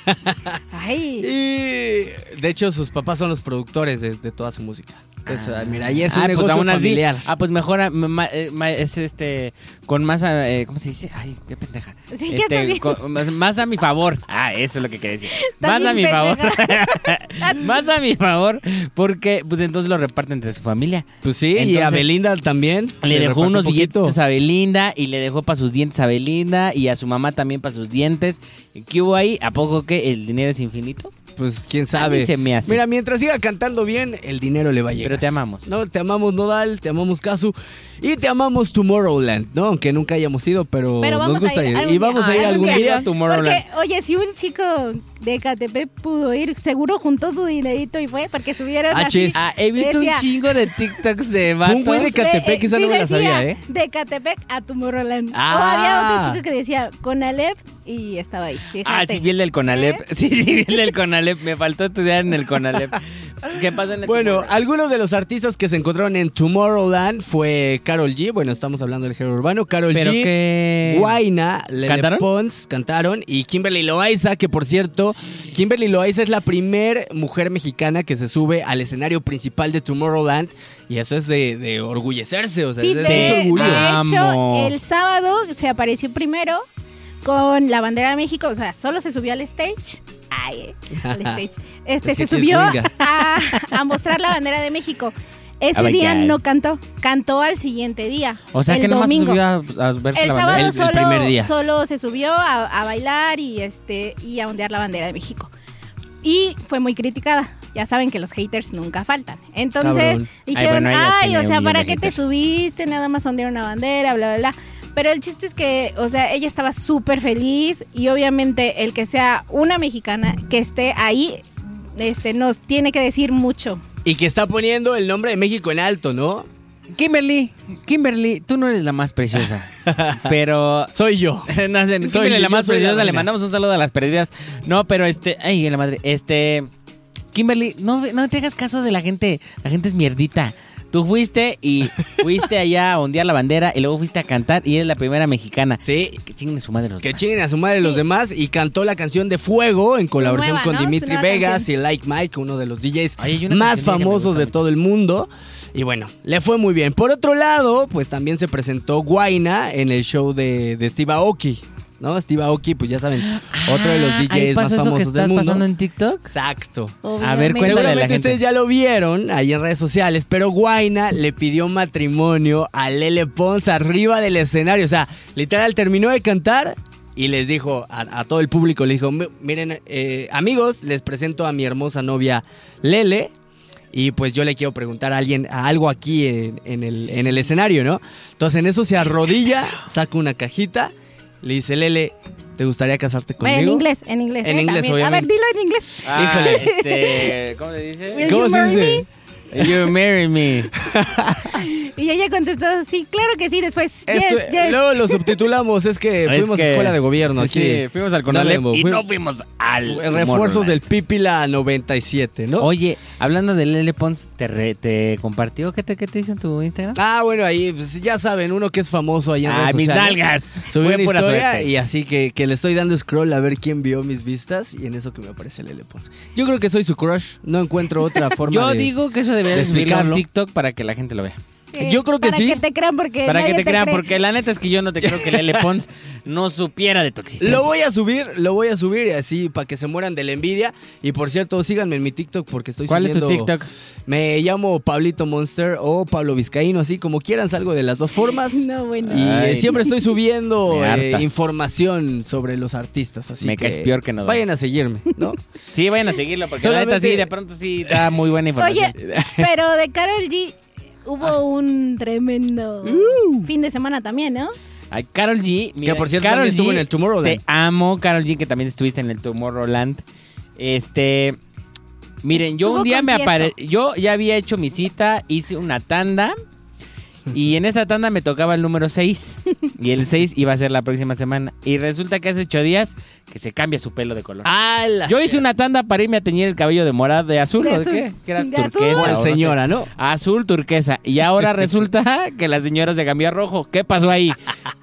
[SPEAKER 3] Ay.
[SPEAKER 1] Y de hecho sus papás son los productores de, de toda su música. Entonces,
[SPEAKER 2] Ah.
[SPEAKER 1] mira, ahí es
[SPEAKER 2] Ah,
[SPEAKER 1] un
[SPEAKER 2] pues
[SPEAKER 1] negocio
[SPEAKER 2] aún así.
[SPEAKER 1] familiar.
[SPEAKER 2] Ah, pues mejor a- ma- eh, ma- es este con más a- eh, ¿cómo se dice? Ay, qué pendeja.
[SPEAKER 3] Sí, ya
[SPEAKER 2] Este,
[SPEAKER 3] también.
[SPEAKER 2] con- más, más a mi favor. Ah, eso es lo que quería
[SPEAKER 3] <laughs>
[SPEAKER 2] decir. Más
[SPEAKER 3] También
[SPEAKER 2] a mi favor.
[SPEAKER 3] pendeja.
[SPEAKER 2] <laughs> más a mi favor porque pues entonces lo reparten entre su familia.
[SPEAKER 1] Pues sí, y a
[SPEAKER 2] Entonces,
[SPEAKER 1] Belinda también.
[SPEAKER 2] Le dejó
[SPEAKER 1] repartió
[SPEAKER 2] unos
[SPEAKER 1] un poquito.
[SPEAKER 2] billetes a Belinda y le dejó para sus dientes a Belinda y a su mamá también para sus dientes. ¿Qué hubo ahí? ¿A poco que el dinero es infinito?
[SPEAKER 1] pues quién
[SPEAKER 2] A mí
[SPEAKER 1] sabe.
[SPEAKER 2] se me hace.
[SPEAKER 1] Mira, mientras siga cantando bien, el dinero le va a llegar.
[SPEAKER 2] pero te amamos.
[SPEAKER 1] No, te amamos Nodal, te amamos Kazu y te amamos Tomorrowland, ¿no? Aunque nunca hayamos ido, pero,
[SPEAKER 3] Pero
[SPEAKER 1] nos
[SPEAKER 3] vamos
[SPEAKER 1] gusta
[SPEAKER 3] a ir
[SPEAKER 1] ir.
[SPEAKER 3] algún
[SPEAKER 1] Y
[SPEAKER 3] día.
[SPEAKER 1] vamos a
[SPEAKER 2] Ay,
[SPEAKER 1] ir algún
[SPEAKER 2] nunca he ido
[SPEAKER 1] día.
[SPEAKER 2] a Tomorrowland.
[SPEAKER 3] Porque, oye, si un chico de Catepec pudo ir, seguro juntó su dinerito y fue, porque subieron así.
[SPEAKER 1] Achis.
[SPEAKER 2] Ah, he visto
[SPEAKER 3] Decía-
[SPEAKER 2] un chingo de TikToks de
[SPEAKER 1] Fue
[SPEAKER 2] vatos.
[SPEAKER 1] un güey de Catepec,
[SPEAKER 3] De-
[SPEAKER 1] esa no me la
[SPEAKER 3] decía,
[SPEAKER 1] sabía, ¿eh?
[SPEAKER 3] De Catepec a Tomorrowland.
[SPEAKER 1] Ah.
[SPEAKER 3] O había otro chico que decía con Alep y estaba ahí.
[SPEAKER 2] Ah,
[SPEAKER 3] Fíjate.
[SPEAKER 2] sí, vi el del Conalep. Sí, sí, vi el del Conalep. Me faltó estudiar en el <laughs> Conalep. ¿Qué pasa en el
[SPEAKER 1] Bueno,
[SPEAKER 2] Tomorrowland?
[SPEAKER 1] algunos de los artistas que se encontraron en Tomorrowland fue Carol G, bueno, estamos hablando del género urbano, Carol
[SPEAKER 2] pero
[SPEAKER 1] G,
[SPEAKER 2] que...
[SPEAKER 1] Guaina, Lele
[SPEAKER 2] ¿Cantaron?
[SPEAKER 1] Pons cantaron y Kimberly Loaiza, que por cierto, Kimberly Loaiza es la primer mujer mexicana que se sube al escenario principal de Tomorrowland y eso es de, de orgullecerse, o sea,
[SPEAKER 3] Sí,
[SPEAKER 1] es de,
[SPEAKER 3] de,
[SPEAKER 1] mucho orgullo.
[SPEAKER 3] de
[SPEAKER 2] Vamos.
[SPEAKER 3] hecho, el sábado se apareció primero con la bandera de México, o sea, solo se subió al stage. Ay, eh,
[SPEAKER 1] <laughs>
[SPEAKER 3] al stage. Este
[SPEAKER 1] Es que Pues
[SPEAKER 3] se
[SPEAKER 1] sí es
[SPEAKER 3] subió
[SPEAKER 1] gringa.
[SPEAKER 3] a, a mostrar la bandera de
[SPEAKER 1] <laughs>
[SPEAKER 3] México. Ese
[SPEAKER 2] Oh my
[SPEAKER 3] día
[SPEAKER 2] God.
[SPEAKER 3] no cantó, cantó al siguiente día.
[SPEAKER 2] O sea,
[SPEAKER 3] el
[SPEAKER 2] que nomás se
[SPEAKER 3] domingo.
[SPEAKER 2] subió a, a verse
[SPEAKER 3] El
[SPEAKER 2] la
[SPEAKER 3] sábado
[SPEAKER 2] bandera.
[SPEAKER 1] el
[SPEAKER 3] solo,
[SPEAKER 1] primer día.
[SPEAKER 3] solo se subió a, a bailar y este y a ondear la bandera de México. Y fue muy criticada. Ya saben que los haters nunca faltan. Entonces
[SPEAKER 1] Cabrón.
[SPEAKER 2] Ay,
[SPEAKER 3] dijeron,
[SPEAKER 2] bueno,
[SPEAKER 3] ay,
[SPEAKER 2] ella tiene
[SPEAKER 3] o
[SPEAKER 2] un
[SPEAKER 3] sea,
[SPEAKER 2] millón
[SPEAKER 3] ¿para
[SPEAKER 2] de
[SPEAKER 3] qué te
[SPEAKER 2] haters".
[SPEAKER 3] subiste? Nada más ondear una bandera, bla, bla, bla. Pero el chiste es que, o sea, ella estaba súper feliz y obviamente el que sea una mexicana que esté ahí, este, nos tiene que decir mucho.
[SPEAKER 1] Y que está poniendo el nombre de México en alto, ¿no?
[SPEAKER 2] Kimberly, Kimberly, tú no eres la más <laughs> preciosa. pero... <laughs>
[SPEAKER 1] Soy yo.
[SPEAKER 2] no, sé,
[SPEAKER 1] Soy
[SPEAKER 2] Kimberly,
[SPEAKER 1] yo,
[SPEAKER 2] la
[SPEAKER 1] yo
[SPEAKER 2] más
[SPEAKER 1] soy la
[SPEAKER 2] preciosa. Le
[SPEAKER 1] buena.
[SPEAKER 2] mandamos un saludo a las perdidas. No, pero este... Ay, la madre. Este... Kimberly, no, no te hagas caso de la gente. La gente es mierdita. Tú fuiste y fuiste allá a ondear la bandera y luego fuiste a cantar y eres la primera mexicana.
[SPEAKER 1] Sí,
[SPEAKER 2] Que chinguen su madre los
[SPEAKER 1] que
[SPEAKER 2] demás.
[SPEAKER 1] chinguen a su madre los
[SPEAKER 3] Sí.
[SPEAKER 1] demás y cantó la canción de Fuego en
[SPEAKER 3] Su
[SPEAKER 1] colaboración
[SPEAKER 3] nueva,
[SPEAKER 1] con
[SPEAKER 3] ¿no? Su
[SPEAKER 1] Dimitri
[SPEAKER 3] nueva
[SPEAKER 1] Vegas
[SPEAKER 3] canción.
[SPEAKER 1] y Like Mike, uno de los DJs
[SPEAKER 2] Ay, hay una
[SPEAKER 1] más
[SPEAKER 2] canción que me gusta
[SPEAKER 1] famosos de
[SPEAKER 2] mucho.
[SPEAKER 1] todo el mundo. Y bueno, le fue muy bien. Por otro lado, pues también se presentó Guaina en el show de, de Steve Aoki. ¿No? Steve Aoki, pues ya saben, otro de los
[SPEAKER 2] Ah, ahí
[SPEAKER 1] DJs
[SPEAKER 2] pasó
[SPEAKER 1] más
[SPEAKER 2] eso que
[SPEAKER 1] famosos
[SPEAKER 2] estás
[SPEAKER 1] del mundo.
[SPEAKER 2] pasando en TikTok?
[SPEAKER 1] Exacto.
[SPEAKER 2] A ver,
[SPEAKER 3] obviamente.
[SPEAKER 2] cuéntale a la
[SPEAKER 1] Seguramente
[SPEAKER 2] gente.
[SPEAKER 1] ustedes ya lo vieron ahí en redes sociales, pero Guaina le pidió matrimonio a Lele Pons arriba del escenario. O sea, literal terminó de cantar y les dijo a, a todo el público, le dijo, "Mi- miren eh, amigos, les presento a mi hermosa novia Lele. Y pues yo le quiero preguntar a alguien a algo aquí en, en el, en el escenario, ¿no? Entonces en eso se arrodilla, saca una cajita, le dice, Lele, ¿te gustaría casarte
[SPEAKER 3] Bueno,
[SPEAKER 1] conmigo?
[SPEAKER 3] en inglés, en inglés.
[SPEAKER 1] En
[SPEAKER 3] ¿eh?
[SPEAKER 1] inglés,
[SPEAKER 3] También. A ver,
[SPEAKER 1] obviamente.
[SPEAKER 3] dilo en inglés.
[SPEAKER 1] Híjole.
[SPEAKER 2] Ah, este, ¿Cómo se dice?
[SPEAKER 3] Will
[SPEAKER 1] ¿Cómo
[SPEAKER 3] you
[SPEAKER 1] se
[SPEAKER 3] marry
[SPEAKER 1] dice?
[SPEAKER 2] You marry
[SPEAKER 1] Eh,
[SPEAKER 2] me.
[SPEAKER 3] Y ella contestó, sí, claro que sí, después, yes,
[SPEAKER 1] Esto-
[SPEAKER 3] yes.
[SPEAKER 1] Luego lo subtitulamos, es que
[SPEAKER 2] <laughs> Es
[SPEAKER 1] fuimos
[SPEAKER 2] que-
[SPEAKER 1] a escuela de gobierno aquí.
[SPEAKER 2] Sí, fuimos al Conalep
[SPEAKER 1] Dale,
[SPEAKER 2] y
[SPEAKER 1] fui-
[SPEAKER 2] no fuimos al
[SPEAKER 1] Refuerzos
[SPEAKER 2] Tomorrowland.
[SPEAKER 1] del Pipila 97, ¿no?
[SPEAKER 2] Oye, hablando de Lele Pons, ¿te, re- te compartió? ¿Qué te, ¿Qué te hizo en tu Instagram?
[SPEAKER 1] Ah, bueno, ahí pues, ya saben, uno que es famoso ahí en
[SPEAKER 2] Ah,
[SPEAKER 1] redes
[SPEAKER 2] mis
[SPEAKER 1] sociales.
[SPEAKER 2] nalgas.
[SPEAKER 1] Subí
[SPEAKER 2] Fue
[SPEAKER 1] una
[SPEAKER 2] pura
[SPEAKER 1] historia
[SPEAKER 2] suerte.
[SPEAKER 1] y así que, que le estoy dando scroll a ver quién vio mis vistas y en eso que me aparece Lele Pons. Yo creo que soy su crush, no encuentro
[SPEAKER 2] <laughs>
[SPEAKER 1] otra forma
[SPEAKER 2] Yo
[SPEAKER 1] de-
[SPEAKER 2] digo que eso debería
[SPEAKER 1] de
[SPEAKER 2] subirlo a
[SPEAKER 1] explicarlo.
[SPEAKER 2] TikTok para que la gente lo vea.
[SPEAKER 3] Sí,
[SPEAKER 1] yo creo que
[SPEAKER 3] para
[SPEAKER 1] sí.
[SPEAKER 3] Para que te crean porque
[SPEAKER 2] Para que
[SPEAKER 3] nadie
[SPEAKER 2] te crean,
[SPEAKER 3] cree. <laughs>
[SPEAKER 2] porque la neta es que yo no te creo que Lele Pons no supiera de tu existencia.
[SPEAKER 1] Lo voy a subir, lo voy a subir y así para que se mueran de la envidia. Y por cierto, síganme en mi TikTok porque estoy
[SPEAKER 2] ¿Cuál es
[SPEAKER 1] subiendo...
[SPEAKER 2] tu TikTok?
[SPEAKER 1] Me llamo Pablito Monster o Pablo Vizcaíno, así como quieran, salgo de las dos formas.
[SPEAKER 3] No, bueno.
[SPEAKER 1] Y eh,
[SPEAKER 2] Ay,
[SPEAKER 1] siempre estoy subiendo
[SPEAKER 2] <laughs> me
[SPEAKER 1] eh,
[SPEAKER 2] hartas.
[SPEAKER 1] información sobre los artistas, así
[SPEAKER 2] Me
[SPEAKER 1] que
[SPEAKER 2] caes peor que no.
[SPEAKER 1] vayan a seguirme, ¿no?
[SPEAKER 2] Sí, vayan a seguirlo, porque la neta
[SPEAKER 1] Solamente-
[SPEAKER 2] sí, de pronto sí da muy buena información.
[SPEAKER 3] Oye,
[SPEAKER 2] <laughs>
[SPEAKER 3] pero de Carol G hubo
[SPEAKER 2] Ah.
[SPEAKER 3] un tremendo
[SPEAKER 2] Uh.
[SPEAKER 3] fin de semana también, ¿no?
[SPEAKER 2] Ay, Carol G. Mira,
[SPEAKER 1] que por cierto
[SPEAKER 2] Karol
[SPEAKER 1] también estuvo
[SPEAKER 2] G,
[SPEAKER 1] en el Tomorrowland.
[SPEAKER 2] Te amo, Carol G, que también estuviste en el Tomorrowland. Este. Miren, yo
[SPEAKER 3] Estuvo
[SPEAKER 2] un día
[SPEAKER 3] con
[SPEAKER 2] me
[SPEAKER 3] fiesta.
[SPEAKER 2] apare... Yo ya había hecho mi cita, hice una tanda. Y en esa tanda me tocaba el número 6. Y el 6 iba a ser la próxima semana. Y resulta que hace 8 días que se cambia su pelo de
[SPEAKER 1] Ah,
[SPEAKER 2] color.
[SPEAKER 1] ¡Hala!
[SPEAKER 2] yo hice una tanda para irme a teñir el cabello de morado, de azul,
[SPEAKER 3] De
[SPEAKER 2] ¿o de
[SPEAKER 3] azul.
[SPEAKER 2] qué? Que era
[SPEAKER 3] De azul.
[SPEAKER 2] turquesa.
[SPEAKER 1] Cual
[SPEAKER 2] o no sé.
[SPEAKER 1] señora, ¿no?
[SPEAKER 2] Azul turquesa. Y <laughs> ahora resulta que la señora se cambió a rojo. ¿Qué pasó ahí?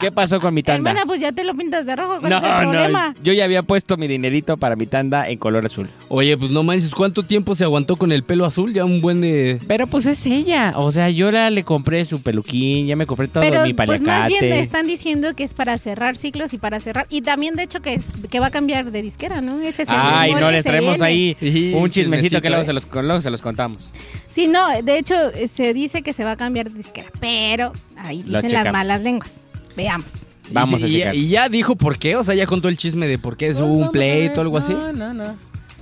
[SPEAKER 2] ¿Qué pasó con mi tanda?
[SPEAKER 3] Hermana, pues ya te lo pintas de rojo, ¿cuál es el problema?
[SPEAKER 2] Yo ya había puesto mi dinerito para mi tanda en color azul.
[SPEAKER 1] Oye, pues no manches, ¿cuánto tiempo se aguantó con el pelo azul? Ya un buen... eh,
[SPEAKER 2] Pero pues es ella. O sea, yo la, le compré su peluquín, ya me compré todo
[SPEAKER 3] Pero
[SPEAKER 2] mi
[SPEAKER 3] pues más
[SPEAKER 2] paliacate.
[SPEAKER 3] bien me están diciendo que es para cerrar ciclos y para cerrar. Y también, de hecho, que, que va a cambiar de disquera, ¿no? Ese es el
[SPEAKER 2] Ay,
[SPEAKER 3] rumor
[SPEAKER 2] no
[SPEAKER 3] que
[SPEAKER 2] les
[SPEAKER 3] se
[SPEAKER 2] traemos
[SPEAKER 3] viene.
[SPEAKER 2] ahí
[SPEAKER 1] Sí,
[SPEAKER 2] un chismecito
[SPEAKER 1] chismecito,
[SPEAKER 2] que luego,
[SPEAKER 1] eh.
[SPEAKER 2] se los, luego se los contamos.
[SPEAKER 3] Sí, no, de hecho, eh, se dice que se va a cambiar de disquera, pero ahí
[SPEAKER 2] Lo
[SPEAKER 3] dicen las
[SPEAKER 2] checamos.
[SPEAKER 3] malas lenguas. Veamos.
[SPEAKER 2] Vamos a
[SPEAKER 1] y,
[SPEAKER 2] checar.
[SPEAKER 1] y ya dijo por qué, o sea, ya contó el chisme de por qué, hubo un pleito o algo así.
[SPEAKER 2] No, no, no.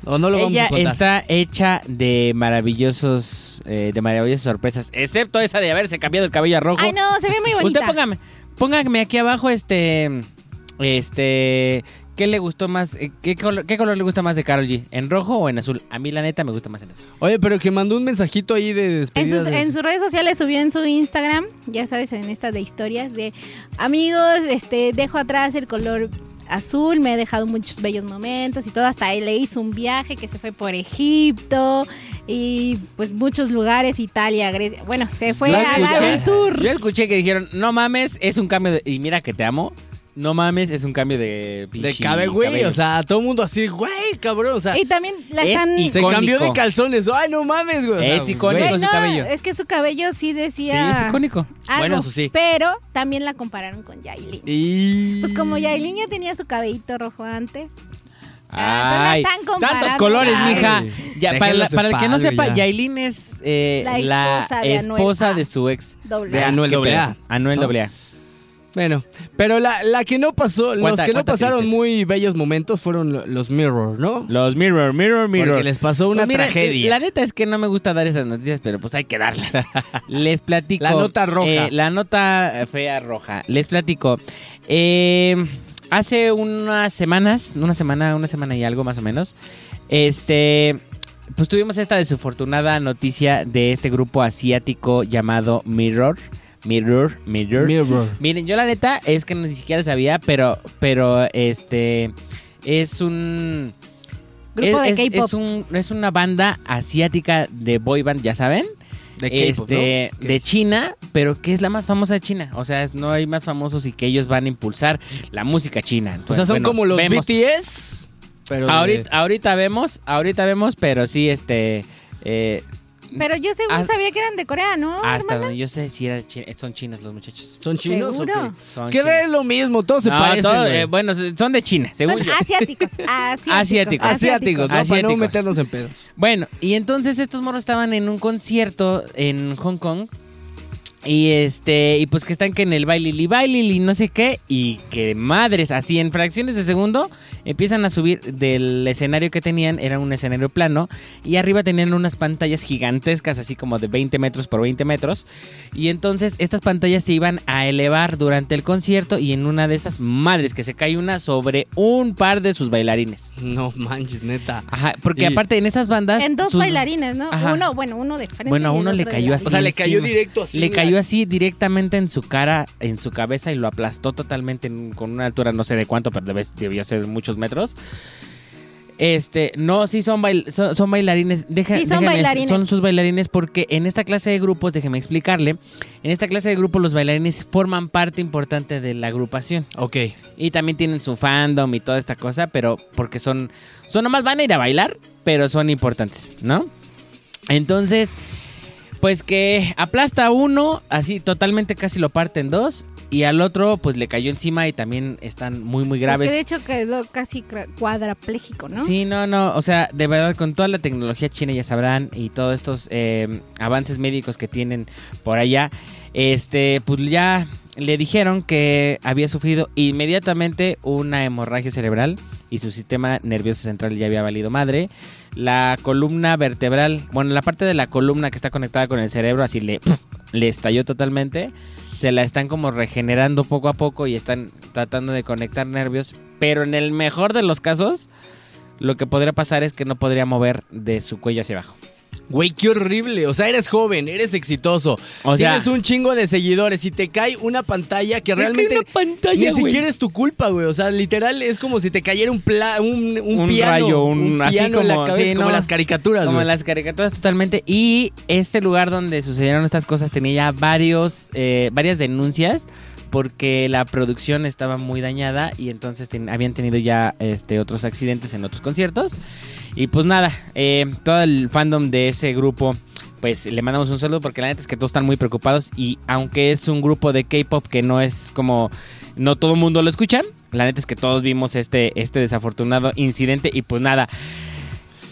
[SPEAKER 1] O no lo vamos
[SPEAKER 2] Ella
[SPEAKER 1] a contar.
[SPEAKER 2] está hecha de maravillosos, eh, de maravillosas sorpresas, excepto esa de haberse cambiado el cabello a rojo.
[SPEAKER 3] Ay, no, se ve muy
[SPEAKER 2] Usted
[SPEAKER 3] bonita.
[SPEAKER 2] póngame, póngame aquí abajo este, este, ¿qué le gustó más? eh, ¿Qué color, qué color le gusta más de Carol G? ¿En rojo o en azul? A mí la neta me gusta más en azul.
[SPEAKER 1] Oye, pero que mandó un mensajito ahí de
[SPEAKER 3] En
[SPEAKER 1] despedida.
[SPEAKER 3] sus,
[SPEAKER 1] de-
[SPEAKER 3] en sus redes sociales subió en su Instagram, ya sabes, en esta de historias de amigos, este, dejo atrás el color azul, me ha dejado muchos bellos momentos y todo, hasta ahí le hizo un viaje que se fue por Egipto y pues muchos lugares, Italia, Grecia, bueno, se fue
[SPEAKER 1] Yo
[SPEAKER 3] Pues, a dar
[SPEAKER 1] escuché-
[SPEAKER 2] <laughs>
[SPEAKER 3] un tour.
[SPEAKER 2] Yo escuché que dijeron, no mames, es un cambio de... Y mira que te amo. No mames, es un cambio
[SPEAKER 1] De
[SPEAKER 2] de... pinche
[SPEAKER 1] cabe, güey.
[SPEAKER 2] cabello".
[SPEAKER 1] O sea, todo el mundo así, güey, cabrón. O sea,
[SPEAKER 3] Y también la
[SPEAKER 2] Es
[SPEAKER 3] están...
[SPEAKER 2] icónico.
[SPEAKER 1] se cambió de calzones. Ay, no mames, güey. O sea,
[SPEAKER 2] Es
[SPEAKER 1] pues,
[SPEAKER 2] icónico.
[SPEAKER 1] güey.
[SPEAKER 3] Güey,
[SPEAKER 2] con su
[SPEAKER 3] no,
[SPEAKER 2] cabello.
[SPEAKER 3] es que su cabello sí
[SPEAKER 2] Sí,
[SPEAKER 3] decía
[SPEAKER 2] es icónico.
[SPEAKER 3] algo,
[SPEAKER 1] Bueno, eso sí.
[SPEAKER 3] pero también la compararon con Yailin.
[SPEAKER 1] Y...
[SPEAKER 3] Pues como Yailin ya tenía su cabellito rojo antes, Ah,
[SPEAKER 2] Ay,
[SPEAKER 3] entonces no están
[SPEAKER 2] tantos
[SPEAKER 3] comparando.
[SPEAKER 2] colores,
[SPEAKER 1] Ay,
[SPEAKER 2] mija. Ya,
[SPEAKER 1] déjenlos
[SPEAKER 2] para, la-
[SPEAKER 1] en
[SPEAKER 2] para el que no
[SPEAKER 1] paz, güey,
[SPEAKER 2] sepa,
[SPEAKER 1] ya.
[SPEAKER 2] Yailin es eh,
[SPEAKER 3] La
[SPEAKER 2] la esposa,
[SPEAKER 3] esposa de
[SPEAKER 2] de,
[SPEAKER 3] Anuel. Ah.
[SPEAKER 2] su ex.
[SPEAKER 3] doble.
[SPEAKER 1] De Anuel
[SPEAKER 2] Qué
[SPEAKER 1] AA.
[SPEAKER 2] pedo. Anuel
[SPEAKER 1] ¿No?
[SPEAKER 2] AA.
[SPEAKER 1] Bueno, pero la, la que no pasó, los
[SPEAKER 2] Cuenta-
[SPEAKER 1] que no
[SPEAKER 2] cuenta
[SPEAKER 1] pasaron
[SPEAKER 2] tristeza.
[SPEAKER 1] muy bellos momentos fueron lo- los Mirror, ¿no?
[SPEAKER 2] Los Mirror, Mirror, Mirror.
[SPEAKER 1] Porque les pasó una
[SPEAKER 2] Pues miren,
[SPEAKER 1] tragedia.
[SPEAKER 2] La neta es que no me gusta dar esas noticias, pero pues hay
[SPEAKER 1] <laughs>
[SPEAKER 2] que darlas. Les platico.
[SPEAKER 1] La nota roja.
[SPEAKER 2] eh, la nota fea roja. Les platico. Eh, hace unas semanas, una semana, una semana y algo más o menos, este, pues tuvimos esta desafortunada noticia de este grupo asiático llamado Mirror. Mirror, Mirror.
[SPEAKER 1] Mirror.
[SPEAKER 2] Miren, yo la neta es que ni siquiera sabía, pero, pero este, es un...
[SPEAKER 3] Grupo
[SPEAKER 2] es,
[SPEAKER 3] de
[SPEAKER 2] es-
[SPEAKER 3] K-pop.
[SPEAKER 2] es un- es una banda asiática de boy band, ya saben.
[SPEAKER 1] De K-pop,
[SPEAKER 2] Este,
[SPEAKER 1] ¿no?
[SPEAKER 2] De China, pero que es la más famosa de China. O sea, es- no hay más famosos y que ellos van a impulsar la música china.
[SPEAKER 1] O sea,
[SPEAKER 2] Entonces,
[SPEAKER 1] son
[SPEAKER 2] bueno,
[SPEAKER 1] como los
[SPEAKER 2] vemos.
[SPEAKER 1] BTS, pero de-
[SPEAKER 2] Ahorita, ahorita vemos, ahorita vemos, pero sí, este. eh,
[SPEAKER 3] Pero yo según
[SPEAKER 2] Haz-
[SPEAKER 3] sabía que eran de Corea, ¿no?
[SPEAKER 2] hasta
[SPEAKER 3] hermano?
[SPEAKER 2] donde yo sé si era chi- son chinos los muchachos.
[SPEAKER 1] ¿Son chinos o
[SPEAKER 3] ¿Seguro?
[SPEAKER 1] qué?
[SPEAKER 2] Son
[SPEAKER 1] Que
[SPEAKER 2] chinos.
[SPEAKER 1] es lo mismo, todos se
[SPEAKER 2] No,
[SPEAKER 1] parecen,
[SPEAKER 2] todo-
[SPEAKER 1] güey.
[SPEAKER 2] eh, bueno, son de China, según
[SPEAKER 3] Son
[SPEAKER 2] yo. <laughs>
[SPEAKER 3] asiáticos, asiáticos,
[SPEAKER 2] Asiáticos.
[SPEAKER 1] Asiáticos, ¿no? Para no
[SPEAKER 2] asiáticos.
[SPEAKER 1] meternos en pedos.
[SPEAKER 2] Bueno, y entonces estos morros estaban en un concierto en Hong Kong. Y este, y pues que están que en el bailili, bailili, no sé qué, y que madres, así en fracciones de segundo empiezan a subir del escenario que tenían, era un escenario plano, y arriba tenían unas pantallas gigantescas, así como de 20 metros por 20 metros, y entonces estas pantallas se iban a elevar durante el concierto, y en una de esas madres que se cae una sobre un par de sus bailarines.
[SPEAKER 1] No manches, neta.
[SPEAKER 2] Ajá, porque
[SPEAKER 1] Y-
[SPEAKER 2] aparte en esas bandas...
[SPEAKER 3] En dos
[SPEAKER 2] sus-
[SPEAKER 3] bailarines, ¿no?
[SPEAKER 2] Ajá.
[SPEAKER 3] Uno, bueno, uno de frente.
[SPEAKER 2] Bueno, a
[SPEAKER 3] y el
[SPEAKER 2] uno le
[SPEAKER 3] otro de
[SPEAKER 2] cayó
[SPEAKER 3] lado.
[SPEAKER 1] O sea,
[SPEAKER 2] Sí,
[SPEAKER 1] le cayó
[SPEAKER 2] encima.
[SPEAKER 1] directo así.
[SPEAKER 2] Le
[SPEAKER 1] mira.
[SPEAKER 2] cayó así directamente en su cara, en su cabeza y lo aplastó totalmente en- con una altura no sé de cuánto, pero debe- debió ser muchos metros. Este, no, sí son, bail- son, son bailarines. Deja-
[SPEAKER 3] Sí, son
[SPEAKER 2] déjame-
[SPEAKER 3] bailarines.
[SPEAKER 2] Son sus bailarines porque en esta clase de grupos, déjeme explicarle, en esta clase de grupos los bailarines forman parte importante de la agrupación.
[SPEAKER 1] Ok.
[SPEAKER 2] Y también tienen su fandom y toda esta cosa, pero porque son, son nomás van a ir a bailar, pero son importantes, ¿no? Entonces, pues que aplasta a uno, así totalmente casi lo parte en dos, y al otro pues le cayó encima y también están muy, muy
[SPEAKER 3] Pues
[SPEAKER 2] graves.
[SPEAKER 3] que de hecho quedó casi cra- cuadrapléjico, ¿no?
[SPEAKER 2] Sí, no, no, o sea, de verdad con toda la tecnología china ya sabrán y todos estos eh, avances médicos que tienen por allá, este, pues ya le dijeron que había sufrido inmediatamente una hemorragia cerebral y su sistema nervioso central ya había valido madre. La columna vertebral, bueno, la parte de la columna que está conectada con el cerebro, así le, le estalló totalmente. Se la están como regenerando poco a poco y están tratando de conectar nervios. Pero en el mejor de los casos, lo que podría pasar es que no podría mover de su cuello hacia abajo.
[SPEAKER 1] Güey, qué horrible. O sea, eres joven, eres exitoso.
[SPEAKER 2] O sea,
[SPEAKER 1] Tienes un chingo de seguidores y te cae una pantalla que realmente ni
[SPEAKER 2] pantalla,
[SPEAKER 1] siquiera es tu culpa, güey. O sea, literal es como si te cayera un pla- un, un
[SPEAKER 2] Un
[SPEAKER 1] piano,
[SPEAKER 2] rayo, un- así
[SPEAKER 1] piano en la
[SPEAKER 2] como-
[SPEAKER 1] cabeza,
[SPEAKER 2] sí,
[SPEAKER 1] como
[SPEAKER 2] no.
[SPEAKER 1] las caricaturas,
[SPEAKER 2] Como
[SPEAKER 1] güey.
[SPEAKER 2] en las caricaturas totalmente. Y este lugar donde sucedieron estas cosas tenía ya varios, eh, varias denuncias porque la producción estaba muy dañada y entonces ten- habían tenido ya este, otros accidentes en otros conciertos. Y pues nada, eh, todo el fandom de ese grupo, pues le mandamos un saludo porque la neta es que todos están muy preocupados y aunque es un grupo de K-Pop que no es como... No todo el mundo lo escucha. La neta es que todos vimos este, este desafortunado incidente y pues nada,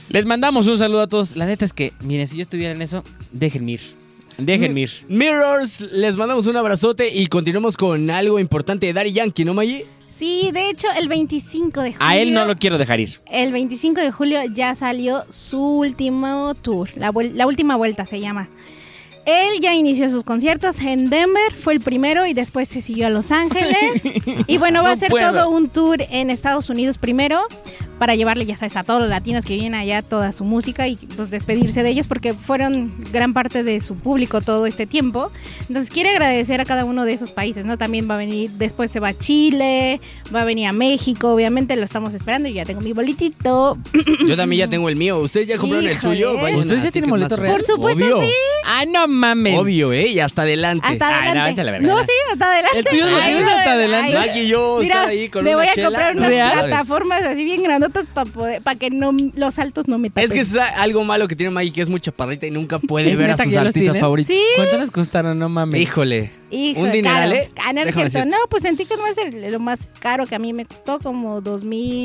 [SPEAKER 2] les mandamos un saludo a todos. La neta es que, miren, si yo estuviera en eso, déjenme ir. Déjenme ir.
[SPEAKER 1] Mirrors, les mandamos un abrazote y continuamos con algo importante de Daddy Yankee, ¿no, Maggie?
[SPEAKER 3] Sí, de hecho, el 25 de julio.
[SPEAKER 2] A él no lo quiero dejar ir.
[SPEAKER 3] El 25 de julio ya salió su último tour, la, vuel- la última vuelta se llama. Él ya inició sus conciertos en Denver, fue el primero y después se siguió a
[SPEAKER 2] <laughs>
[SPEAKER 3] Los Ángeles. y bueno, va
[SPEAKER 2] No
[SPEAKER 3] a ser
[SPEAKER 2] puedo.
[SPEAKER 3] todo un tour en Estados Unidos primero para llevarle, ya sabes, a todos los latinos que vienen allá toda su música y pues despedirse de ellos porque fueron gran parte de su público todo este tiempo. Entonces quiere agradecer a cada uno de esos países, ¿no? También va a venir, después se va a Chile, va a venir a México, obviamente lo estamos esperando, yo ya tengo mi boletito.
[SPEAKER 1] Yo también ya tengo el mío. ¿Ustedes ya compraron el
[SPEAKER 3] Híjole.
[SPEAKER 1] suyo? Vayan
[SPEAKER 2] ¿Ustedes
[SPEAKER 1] a
[SPEAKER 2] ya tienen
[SPEAKER 1] Ticketmaster.
[SPEAKER 2] boleto real? Por
[SPEAKER 3] supuesto,
[SPEAKER 1] Obvio,
[SPEAKER 3] sí.
[SPEAKER 2] ¡Ah, no mames!
[SPEAKER 1] Obvio, ¿eh? Y hasta adelante.
[SPEAKER 3] Hasta
[SPEAKER 2] Ay, no,
[SPEAKER 3] adelante.
[SPEAKER 2] vete a la verga,
[SPEAKER 3] no,
[SPEAKER 2] ya.
[SPEAKER 3] sí, hasta adelante.
[SPEAKER 2] El tuyo lo
[SPEAKER 3] Ay,
[SPEAKER 2] tienes hasta
[SPEAKER 3] ay,
[SPEAKER 2] adelante.
[SPEAKER 3] ay.
[SPEAKER 1] Aquí yo
[SPEAKER 3] Mira,
[SPEAKER 1] estaba ahí con
[SPEAKER 3] me
[SPEAKER 1] una
[SPEAKER 3] voy a
[SPEAKER 1] chela.
[SPEAKER 3] comprar
[SPEAKER 1] No
[SPEAKER 3] unas
[SPEAKER 2] ¿Real?
[SPEAKER 3] plataformas así bien grandotas para poder, para que no los saltos no me tapen.
[SPEAKER 1] Es que es algo malo que tiene Maggie, que es muy chaparrita y nunca puede
[SPEAKER 2] ¿Es
[SPEAKER 1] ver a
[SPEAKER 2] neta que
[SPEAKER 1] sus
[SPEAKER 2] ya los
[SPEAKER 1] artistas
[SPEAKER 2] tiene?
[SPEAKER 1] favoritos.
[SPEAKER 3] Sí.
[SPEAKER 2] ¿Cuánto les costaron? No mames.
[SPEAKER 1] Híjole.
[SPEAKER 3] Hijo,
[SPEAKER 1] un dineral,
[SPEAKER 3] caro.
[SPEAKER 1] ¿eh?
[SPEAKER 3] Ah, no, no es
[SPEAKER 1] Déjame
[SPEAKER 3] cierto.
[SPEAKER 1] decirte.
[SPEAKER 3] No, pues en Ticketmaster lo más caro que a mí me costó como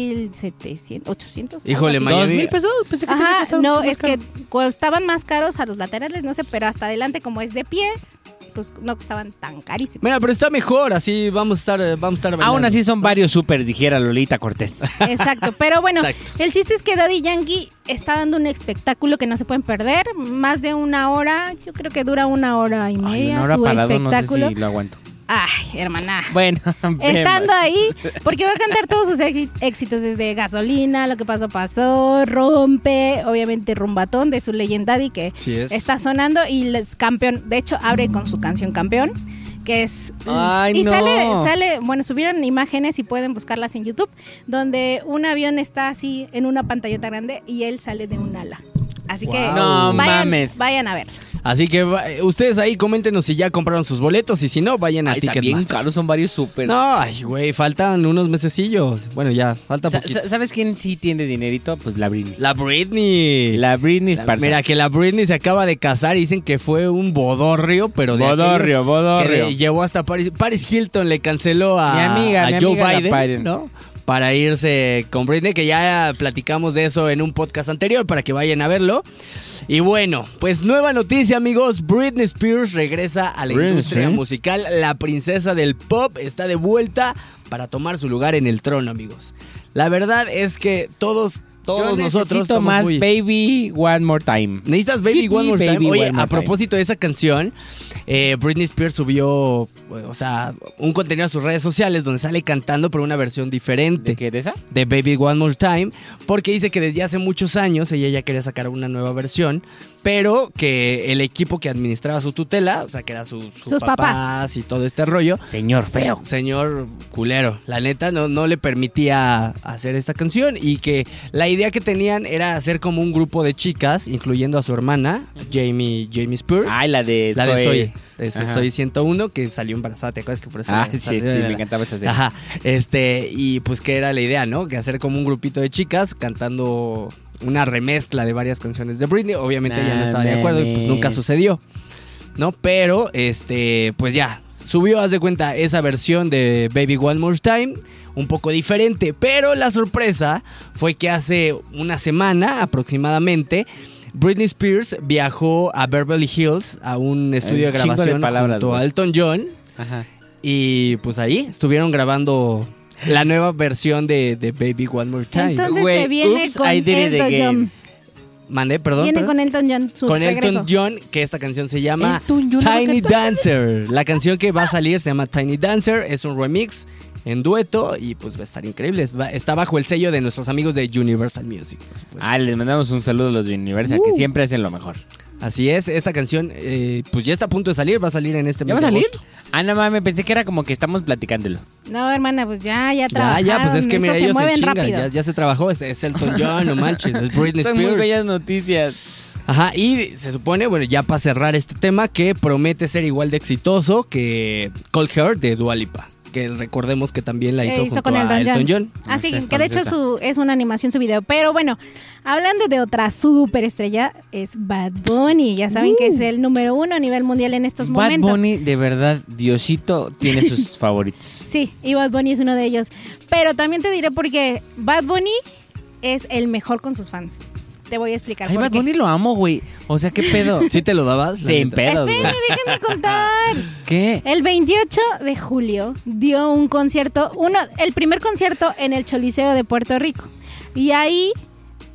[SPEAKER 3] 2.700, 800. algo
[SPEAKER 1] Híjole,
[SPEAKER 3] así.
[SPEAKER 1] Miami.
[SPEAKER 2] ¿Dos mil pesos? Pensé que te había
[SPEAKER 3] Ajá,
[SPEAKER 2] costado
[SPEAKER 3] no,
[SPEAKER 2] más
[SPEAKER 3] es
[SPEAKER 2] caro.
[SPEAKER 3] que costaban más caros a los laterales, no sé, pero hasta adelante como es de pie, pues no costaban tan carísimos.
[SPEAKER 1] Mira, pero está mejor, así vamos a estar, eh, vamos a estar bailando.
[SPEAKER 2] Aún así son varios supers, dijera Lolita Cortés.
[SPEAKER 3] Exacto, pero bueno,
[SPEAKER 1] Exacto.
[SPEAKER 3] el chiste es que Daddy Yankee está dando un espectáculo que no se pueden perder, más de una hora, yo creo que dura una hora y
[SPEAKER 2] Ay,
[SPEAKER 3] media
[SPEAKER 2] una hora
[SPEAKER 3] su
[SPEAKER 2] parado, no
[SPEAKER 3] espectáculo.
[SPEAKER 2] sé si lo aguanto.
[SPEAKER 3] Ay, hermana.
[SPEAKER 2] <laughs> Bueno,
[SPEAKER 3] Estando ahí, porque va a cantar todos sus éxi- éxitos desde Gasolina, Lo que pasó, pasó, Rompe, obviamente Rumbatón de su Legendaddy que
[SPEAKER 1] Sí es.
[SPEAKER 3] está sonando y es campeón. De hecho, abre con su canción Campeón, que es.
[SPEAKER 2] Ay,
[SPEAKER 3] y
[SPEAKER 2] no.
[SPEAKER 3] sale, sale, bueno, subieron imágenes y pueden buscarlas en YouTube, donde un avión está así en una pantallota grande y él sale de un ala. Así que
[SPEAKER 1] Wow.
[SPEAKER 2] No
[SPEAKER 3] vayan,
[SPEAKER 2] mames.
[SPEAKER 3] vayan a verlo.
[SPEAKER 1] Así que va- eh, ustedes ahí coméntenos si ya compraron sus boletos y si no, vayan a
[SPEAKER 2] Ay, también
[SPEAKER 1] Ticketmaster.
[SPEAKER 2] caros son varios supers.
[SPEAKER 1] No, ay, güey, faltan unos mesecillos. Bueno, ya, falta
[SPEAKER 2] Sa-
[SPEAKER 1] poquito.
[SPEAKER 2] sa- ¿Sabes quién sí tiene dinerito? Pues la Britney.
[SPEAKER 1] La Britney.
[SPEAKER 2] La Britney Spears.
[SPEAKER 1] Mira, que la Britney se acaba de casar y dicen que fue un bodorrio, pero de
[SPEAKER 2] Bodorrio,
[SPEAKER 1] aquellos
[SPEAKER 2] bodorrio.
[SPEAKER 1] Que llevó hasta Paris. Paris Hilton le canceló a,
[SPEAKER 2] Mi amiga,
[SPEAKER 1] a
[SPEAKER 2] mi
[SPEAKER 1] Joe
[SPEAKER 2] amiga la
[SPEAKER 1] Biden,
[SPEAKER 2] Biden.
[SPEAKER 1] ¿no? Para irse con Britney, que ya platicamos de eso en un podcast anterior para que vayan a verlo. Y bueno, pues nueva noticia, amigos. Britney Spears regresa a la
[SPEAKER 2] Britney
[SPEAKER 1] industria
[SPEAKER 2] Spears.
[SPEAKER 1] musical. La princesa del pop está de vuelta para tomar su lugar en el trono, amigos. La verdad es que todos, todos
[SPEAKER 2] Yo
[SPEAKER 1] nosotros.
[SPEAKER 2] necesito
[SPEAKER 1] estamos
[SPEAKER 2] más
[SPEAKER 1] muy-
[SPEAKER 2] Baby One More Time.
[SPEAKER 1] ¿Necesitas Baby
[SPEAKER 2] Hit
[SPEAKER 1] One
[SPEAKER 2] me,
[SPEAKER 1] More
[SPEAKER 2] baby,
[SPEAKER 1] Time? Oye,
[SPEAKER 2] one more
[SPEAKER 1] a propósito de esa canción, eh, Britney Spears subió, eh, o sea, un contenido a sus redes sociales donde sale cantando por una versión diferente
[SPEAKER 2] ¿De qué? ¿De esa?
[SPEAKER 1] de Baby One More Time, porque dice que desde hace muchos años ella ya quería sacar una nueva versión, pero que el equipo que administraba su tutela, o sea, que era su- su
[SPEAKER 3] Sus papás.
[SPEAKER 1] papás y todo este rollo,
[SPEAKER 2] Señor feo.
[SPEAKER 1] Señor culero, la neta no, no le permitía hacer esta canción y que la idea que tenían era hacer como un grupo de chicas, incluyendo a su hermana, Jamie, Jamie Spears.
[SPEAKER 2] Ay, la de
[SPEAKER 1] la de Soy,
[SPEAKER 2] Zoe.
[SPEAKER 1] de Soy
[SPEAKER 2] Ajá.
[SPEAKER 1] 101, que salió embarazada, ¿te acuerdas que fue
[SPEAKER 2] Ah, sí, sí, me encantaba esa serie.
[SPEAKER 1] Ajá, este, y pues que era la idea, ¿no? Que hacer como un grupito de chicas cantando una remezcla de varias canciones de Britney. Obviamente ella no
[SPEAKER 2] Nah,
[SPEAKER 1] estaba de acuerdo y pues
[SPEAKER 2] mames.
[SPEAKER 1] nunca sucedió, ¿no? Pero, este, pues ya, subió, haz de cuenta, esa versión de Baby One More Time, un poco diferente. Pero la sorpresa fue que hace una semana aproximadamente... Britney Spears viajó a Beverly Hills a un estudio de
[SPEAKER 2] chingo de
[SPEAKER 1] grabación
[SPEAKER 2] palabras,
[SPEAKER 1] junto a
[SPEAKER 2] güey.
[SPEAKER 1] Elton John
[SPEAKER 2] Ajá.
[SPEAKER 1] y pues ahí estuvieron grabando la nueva versión de, de Baby One More Time.
[SPEAKER 3] Entonces
[SPEAKER 2] Güey,
[SPEAKER 3] se viene
[SPEAKER 2] oops,
[SPEAKER 3] con
[SPEAKER 2] I did it
[SPEAKER 3] Elton
[SPEAKER 2] again.
[SPEAKER 3] John.
[SPEAKER 1] Mandé, perdón.
[SPEAKER 3] Viene
[SPEAKER 1] perdón.
[SPEAKER 3] con Elton John su
[SPEAKER 1] Con
[SPEAKER 3] regreso.
[SPEAKER 1] Elton John, que esta canción se llama
[SPEAKER 2] Elton John, ¿no?
[SPEAKER 1] Tiny
[SPEAKER 2] ¿Qué tal?
[SPEAKER 1] Dancer. La canción que va a salir se llama Tiny Dancer, es un remix en dueto y pues va a estar increíble. Va- Está bajo el sello de nuestros amigos de Universal Music, por supuesto.
[SPEAKER 2] Ah, les mandamos un saludo a los de Universal, que siempre hacen lo mejor.
[SPEAKER 1] Así es, esta canción eh, pues ya está a punto de salir, va a salir en este
[SPEAKER 2] ¿Ya
[SPEAKER 1] mes
[SPEAKER 2] va a
[SPEAKER 1] de
[SPEAKER 2] salir?
[SPEAKER 1] agosto.
[SPEAKER 2] Ah, no mames, pensé que era como que estamos platicándolo.
[SPEAKER 3] No, hermana, pues ya,
[SPEAKER 1] Ya,
[SPEAKER 3] ya trabajaron.
[SPEAKER 1] ya, pues es que
[SPEAKER 3] eso
[SPEAKER 1] mira,
[SPEAKER 3] se
[SPEAKER 1] ellos se,
[SPEAKER 3] mueven
[SPEAKER 1] chingan,
[SPEAKER 3] rápido.
[SPEAKER 1] ya, ya se trabajó, es, es
[SPEAKER 3] <laughs>
[SPEAKER 1] Elton John, no manches, es Britney
[SPEAKER 2] Son
[SPEAKER 1] Spears.
[SPEAKER 2] muy bellas noticias.
[SPEAKER 1] Ajá, y se supone, bueno, ya para cerrar este tema, que promete ser igual de exitoso que Cold Heart de Dualipa. Que recordemos que también la
[SPEAKER 3] Eh,
[SPEAKER 1] hizo,
[SPEAKER 3] hizo
[SPEAKER 1] junto
[SPEAKER 3] con
[SPEAKER 1] a
[SPEAKER 3] Elton
[SPEAKER 1] Elton John.
[SPEAKER 3] Así
[SPEAKER 1] Entonces,
[SPEAKER 3] Ah, que de hecho
[SPEAKER 1] esa.
[SPEAKER 3] su, es una animación su video. Pero bueno, hablando de otra superestrella, es Bad Bunny. Ya saben que es el número uno a nivel mundial en estos
[SPEAKER 2] Uh. Bad
[SPEAKER 3] momentos.
[SPEAKER 2] Bunny, de verdad, Diosito tiene
[SPEAKER 3] <laughs>
[SPEAKER 2] sus favoritos.
[SPEAKER 3] Sí, y Bad Bunny es uno de ellos. Pero también te diré porque Bad Bunny es el mejor con sus fans. Te voy a explicar
[SPEAKER 2] Ay,
[SPEAKER 3] por
[SPEAKER 2] Bad
[SPEAKER 3] qué.
[SPEAKER 2] Bunny lo amo, güey. O sea, ¿qué
[SPEAKER 3] <laughs>
[SPEAKER 2] pedo?
[SPEAKER 1] ¿Sí te lo dabas? la
[SPEAKER 2] Sin
[SPEAKER 1] neta?
[SPEAKER 2] pedos, güey.
[SPEAKER 3] Espérenme, déjenme
[SPEAKER 2] <laughs>
[SPEAKER 3] contar.
[SPEAKER 2] ¿Qué?
[SPEAKER 3] El 28 de julio dio un concierto, uno, el primer concierto en el Choliseo de Puerto Rico. Y ahí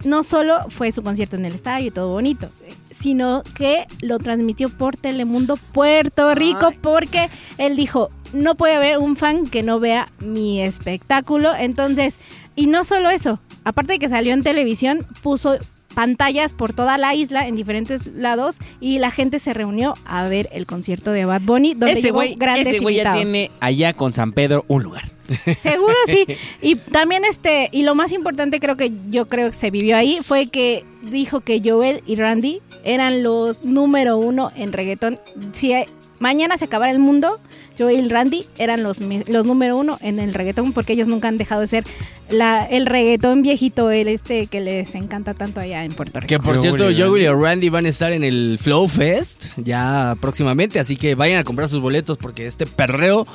[SPEAKER 3] no solo fue su concierto en el estadio, todo bonito, sino que lo transmitió por Telemundo Puerto Rico porque él dijo, no puede haber un fan que no vea mi espectáculo. Entonces, y no solo eso, aparte de que salió en televisión, puso pantallas por toda la isla en diferentes lados y la gente se reunió a ver el concierto de Bad Bunny donde
[SPEAKER 2] Ese
[SPEAKER 3] llevó
[SPEAKER 2] güey
[SPEAKER 3] grandes
[SPEAKER 2] ese güey ya
[SPEAKER 3] invitados.
[SPEAKER 2] tiene allá con San Pedro un lugar.
[SPEAKER 3] <laughs> Seguro sí. Y también este, y lo más importante creo que yo creo que se vivió ahí fue que dijo que Joel y Randy eran los número uno en reggaetón. Si eh, mañana se acabara el mundo, Joel y Randy eran los, me- los número uno en el reggaetón porque ellos nunca han dejado de ser la, el reggaetón viejito, el este que les encanta tanto allá en Puerto Rico.
[SPEAKER 1] Que por
[SPEAKER 2] Yo,
[SPEAKER 1] cierto,
[SPEAKER 2] Willy,
[SPEAKER 1] Joey
[SPEAKER 2] Randy.
[SPEAKER 1] y Randy van a estar en el Flow Fest ya próximamente, así que vayan a comprar sus boletos porque este perreo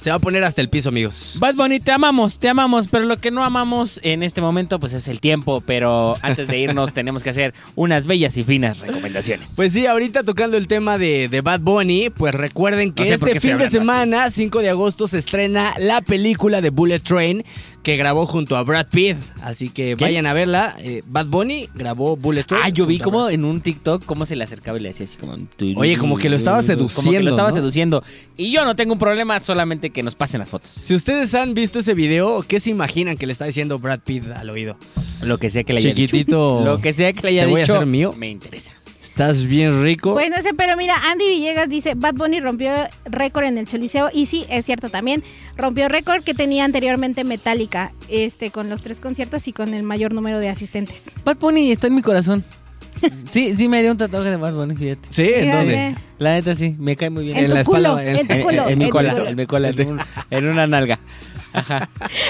[SPEAKER 1] se va a poner hasta el piso, amigos.
[SPEAKER 2] Bad Bunny, te amamos, te amamos, pero lo que no amamos en este momento pues es el tiempo, pero antes de irnos <laughs> tenemos que hacer unas bellas y finas recomendaciones.
[SPEAKER 1] Pues sí, ahorita tocando el tema de, de Bad Bunny, pues recuerden que
[SPEAKER 2] No sé por
[SPEAKER 1] este
[SPEAKER 2] qué estoy
[SPEAKER 1] fin de
[SPEAKER 2] hablando
[SPEAKER 1] semana, 5 de agosto, se estrena la película de Bullet Train que grabó junto a Brad Pitt. Así que
[SPEAKER 2] ¿Qué?
[SPEAKER 1] vayan a verla. Eh, Bad Bunny grabó Bullet Train.
[SPEAKER 2] Ah, yo vi
[SPEAKER 1] junto a Brad
[SPEAKER 2] como en un TikTok cómo se le acercaba y le decía así como...
[SPEAKER 1] Oye, como que lo estaba
[SPEAKER 2] Como que
[SPEAKER 1] seduciendo,
[SPEAKER 2] lo estaba
[SPEAKER 1] ¿no?
[SPEAKER 2] seduciendo. Y yo no tengo un problema, solamente que nos pasen las fotos.
[SPEAKER 1] Si ustedes han visto ese video, ¿qué se imaginan que le está diciendo Brad Pitt al oído?
[SPEAKER 2] Lo que sea que le haya dicho.
[SPEAKER 1] Chiquitito.
[SPEAKER 3] Oh.
[SPEAKER 2] Lo que sea que le haya
[SPEAKER 1] ¿Te voy a
[SPEAKER 2] dicho,
[SPEAKER 1] hacer mío?
[SPEAKER 2] me interesa.
[SPEAKER 1] Estás bien rico.
[SPEAKER 3] Pues no sé, pero mira, Andy Villegas dice, Bad Bunny rompió récord en el Choliseo. Y sí, es cierto también, rompió récord que tenía anteriormente Metallica, este, con los tres conciertos y con el mayor número de asistentes.
[SPEAKER 2] Bad Bunny está en mi <laughs> corazón. Sí, sí me dio un tatuaje de Bad Bunny, fíjate.
[SPEAKER 1] ¿Sí? ¿En
[SPEAKER 3] Fíjate.
[SPEAKER 1] dónde?
[SPEAKER 2] La neta sí, me cae muy bien.
[SPEAKER 3] En
[SPEAKER 1] la
[SPEAKER 3] tu
[SPEAKER 1] espalda,
[SPEAKER 3] culo,
[SPEAKER 1] en-
[SPEAKER 3] en tu
[SPEAKER 2] En-
[SPEAKER 3] culo.
[SPEAKER 2] en
[SPEAKER 3] en
[SPEAKER 2] mi
[SPEAKER 3] tu
[SPEAKER 2] cola,
[SPEAKER 3] culo.
[SPEAKER 2] en mi cola,
[SPEAKER 3] Este.
[SPEAKER 2] en, un- en una nalga.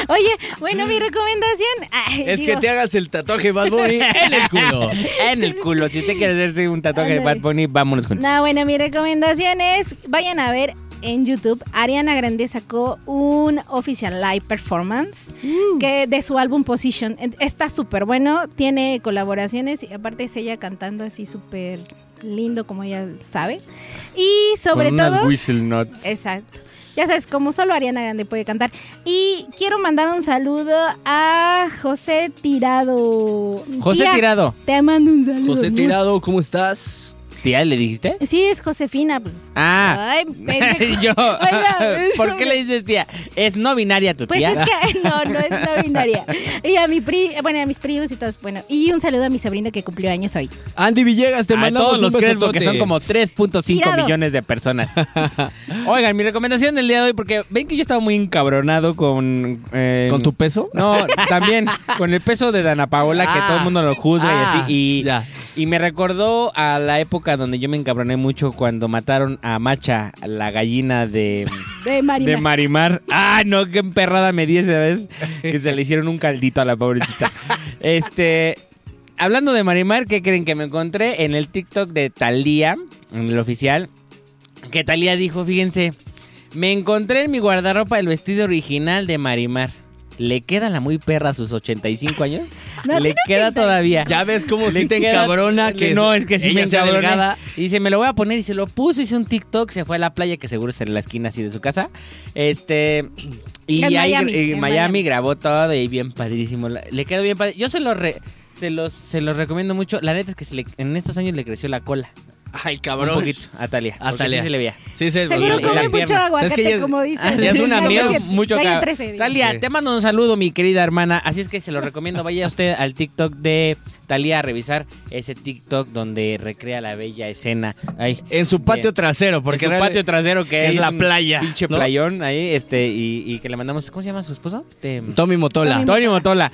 [SPEAKER 3] Oye, bueno, mi recomendación... ay,
[SPEAKER 1] Es
[SPEAKER 3] digo,
[SPEAKER 1] que te hagas el tatuaje Bad Bunny en el
[SPEAKER 2] <laughs>
[SPEAKER 1] culo.
[SPEAKER 2] <laughs> En el culo. Si usted quiere hacerse un tatuaje de Bad
[SPEAKER 3] Ándale.
[SPEAKER 2] Bunny, vámonos juntos.
[SPEAKER 3] No, bueno, mi recomendación es, vayan a ver en YouTube, Ariana Grande sacó un official live performance que de su álbum Position. En- Está súper bueno, tiene colaboraciones y aparte es ella cantando así súper lindo como ella sabe. Y sobre
[SPEAKER 2] Con unas
[SPEAKER 3] todo...
[SPEAKER 2] whistle notes.
[SPEAKER 3] Exacto. Ya sabes, como solo Ariana Grande puede cantar. Y quiero mandar un saludo a José Tirado.
[SPEAKER 2] José
[SPEAKER 3] Tía,
[SPEAKER 2] Tirado.
[SPEAKER 3] Te mando un saludo.
[SPEAKER 1] José Tirado, ¿cómo estás?
[SPEAKER 2] ¿Tía le dijiste?
[SPEAKER 3] Sí, es Josefina, pues.
[SPEAKER 2] Ah. <laughs>
[SPEAKER 3] Ay, pendejo. <laughs>
[SPEAKER 2] Yo. ah,
[SPEAKER 3] Oiga,
[SPEAKER 2] ¿Por qué le dices tía? Es no binaria tu
[SPEAKER 3] Pues
[SPEAKER 2] tía.
[SPEAKER 3] es que no, no es no binaria. Y a mi pri, bueno, a mis primos y todos, bueno, y un saludo a mi sobrino que cumplió años hoy.
[SPEAKER 1] Andy Villegas, te
[SPEAKER 2] a
[SPEAKER 1] mandamos
[SPEAKER 2] todos los
[SPEAKER 1] un
[SPEAKER 2] crees porque
[SPEAKER 1] besotote.
[SPEAKER 2] son como 3.5
[SPEAKER 3] Tirado.
[SPEAKER 2] millones de
[SPEAKER 1] <laughs>
[SPEAKER 2] personas. Oigan, mi recomendación del día de hoy, porque ven que yo estaba muy encabronado con... eh,
[SPEAKER 1] ¿Con tu peso?
[SPEAKER 2] No, también con el peso de Dana Paola, que
[SPEAKER 1] Ah,
[SPEAKER 2] todo el mundo lo juzga
[SPEAKER 1] ah,
[SPEAKER 2] y así. Y,
[SPEAKER 1] ya.
[SPEAKER 2] y me recordó a la época donde yo me encabroné mucho cuando mataron a Macha, la gallina de,
[SPEAKER 3] De Marimar.
[SPEAKER 2] de Marimar. ¡Ah, no! ¡Qué emperrada me di esa vez! Que se le hicieron un caldito a la pobrecita. Este. Hablando de Marimar, ¿qué creen que me encontré? En el TikTok de Talía, en el oficial, que Talía dijo, fíjense, me encontré en mi guardarropa el vestido original de Marimar. Le queda la muy perra a sus 85 años.
[SPEAKER 3] No,
[SPEAKER 2] le
[SPEAKER 3] tiene
[SPEAKER 2] queda
[SPEAKER 3] 85.
[SPEAKER 2] todavía.
[SPEAKER 1] Ya ves cómo
[SPEAKER 2] Le
[SPEAKER 1] si te
[SPEAKER 2] queda-
[SPEAKER 1] encabrona que
[SPEAKER 2] No, es que sí
[SPEAKER 1] ella
[SPEAKER 2] me
[SPEAKER 1] sea
[SPEAKER 2] encabroné.
[SPEAKER 1] delgada.
[SPEAKER 2] Y dice, me lo voy a poner y se lo puso, hice un TikTok, se fue a la playa, que seguro es en la esquina así de su casa. Este... Y
[SPEAKER 3] En
[SPEAKER 2] ahí
[SPEAKER 3] Miami,
[SPEAKER 2] eh,
[SPEAKER 3] en
[SPEAKER 2] Miami
[SPEAKER 3] Miami.
[SPEAKER 2] grabó todo y bien padrísimo. La- Le quedó bien padre. Yo se lo re- se los, se los recomiendo mucho. La neta es que se le- en estos años le creció la cola.
[SPEAKER 1] Ay,
[SPEAKER 2] Un
[SPEAKER 1] cabrón.
[SPEAKER 2] poquito a Talia.
[SPEAKER 1] A
[SPEAKER 2] porque
[SPEAKER 1] Thalía.
[SPEAKER 2] sí se le veía.
[SPEAKER 1] Sí, sí,
[SPEAKER 3] Seguro
[SPEAKER 2] Y la- y la
[SPEAKER 3] come mucho
[SPEAKER 2] pierna.
[SPEAKER 3] aguacate,
[SPEAKER 1] Es que ya es-
[SPEAKER 3] como dicen.
[SPEAKER 2] Ah,
[SPEAKER 1] ya es una
[SPEAKER 3] Calle
[SPEAKER 1] mierda,
[SPEAKER 3] siete-
[SPEAKER 2] mucho
[SPEAKER 3] calle
[SPEAKER 2] ca-
[SPEAKER 3] 13, digo.
[SPEAKER 2] Talia,
[SPEAKER 1] Sí.
[SPEAKER 2] te mando un saludo, mi querida hermana. Así es que se lo recomiendo. Vaya usted al TikTok de Talia a revisar ese TikTok donde recrea la bella escena. Ay,
[SPEAKER 1] En su patio
[SPEAKER 2] Bien.
[SPEAKER 1] trasero, porque
[SPEAKER 2] porque su
[SPEAKER 1] real-
[SPEAKER 2] patio trasero que,
[SPEAKER 1] que es la
[SPEAKER 2] un
[SPEAKER 1] playa,
[SPEAKER 2] Pinche
[SPEAKER 1] ¿no?
[SPEAKER 2] playón ahí, este, y, y que le mandamos. ¿Cómo se llama su esposo? Este.
[SPEAKER 1] Tommy Motola.
[SPEAKER 3] Tommy
[SPEAKER 2] Antonio Motola.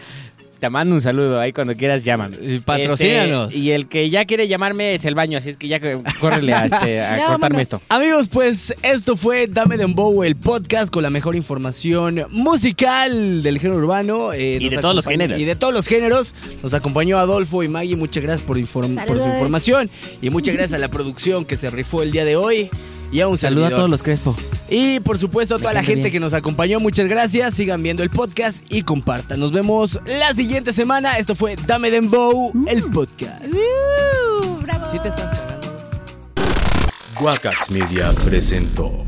[SPEAKER 2] Te mando un saludo ahí cuando quieras, llámame.
[SPEAKER 1] Y patrocínanos.
[SPEAKER 2] Este, y el que ya quiere llamarme es el baño, así es que ya que- córrele a, este, a
[SPEAKER 3] <laughs> Ya,
[SPEAKER 2] cortarme
[SPEAKER 3] vámonos.
[SPEAKER 2] esto.
[SPEAKER 1] Amigos, pues esto fue Dame Dembow, el podcast con la mejor información musical del género urbano. eh,
[SPEAKER 2] Y de
[SPEAKER 1] nos
[SPEAKER 2] todos los
[SPEAKER 1] acompañó-
[SPEAKER 2] géneros.
[SPEAKER 1] Y de todos los géneros. Nos acompañó Adolfo y Maggie. Muchas gracias por, inform- por su
[SPEAKER 3] Saludos.
[SPEAKER 1] información. Y muchas gracias a la producción que se rifó el día de hoy. y a un
[SPEAKER 2] Saludo a
[SPEAKER 1] servidor.
[SPEAKER 2] todos los Crespo.
[SPEAKER 1] Y por supuesto a toda la
[SPEAKER 2] encanta
[SPEAKER 1] gente
[SPEAKER 2] bien.
[SPEAKER 1] que nos acompañó, muchas gracias. Sigan viendo el podcast y compartan. Nos vemos la siguiente semana. Esto fue Dame Dembow, el podcast.
[SPEAKER 3] ¡Uh! ¡Bravo!
[SPEAKER 1] Sí te estás cagando.
[SPEAKER 4] Guacax Media presentó.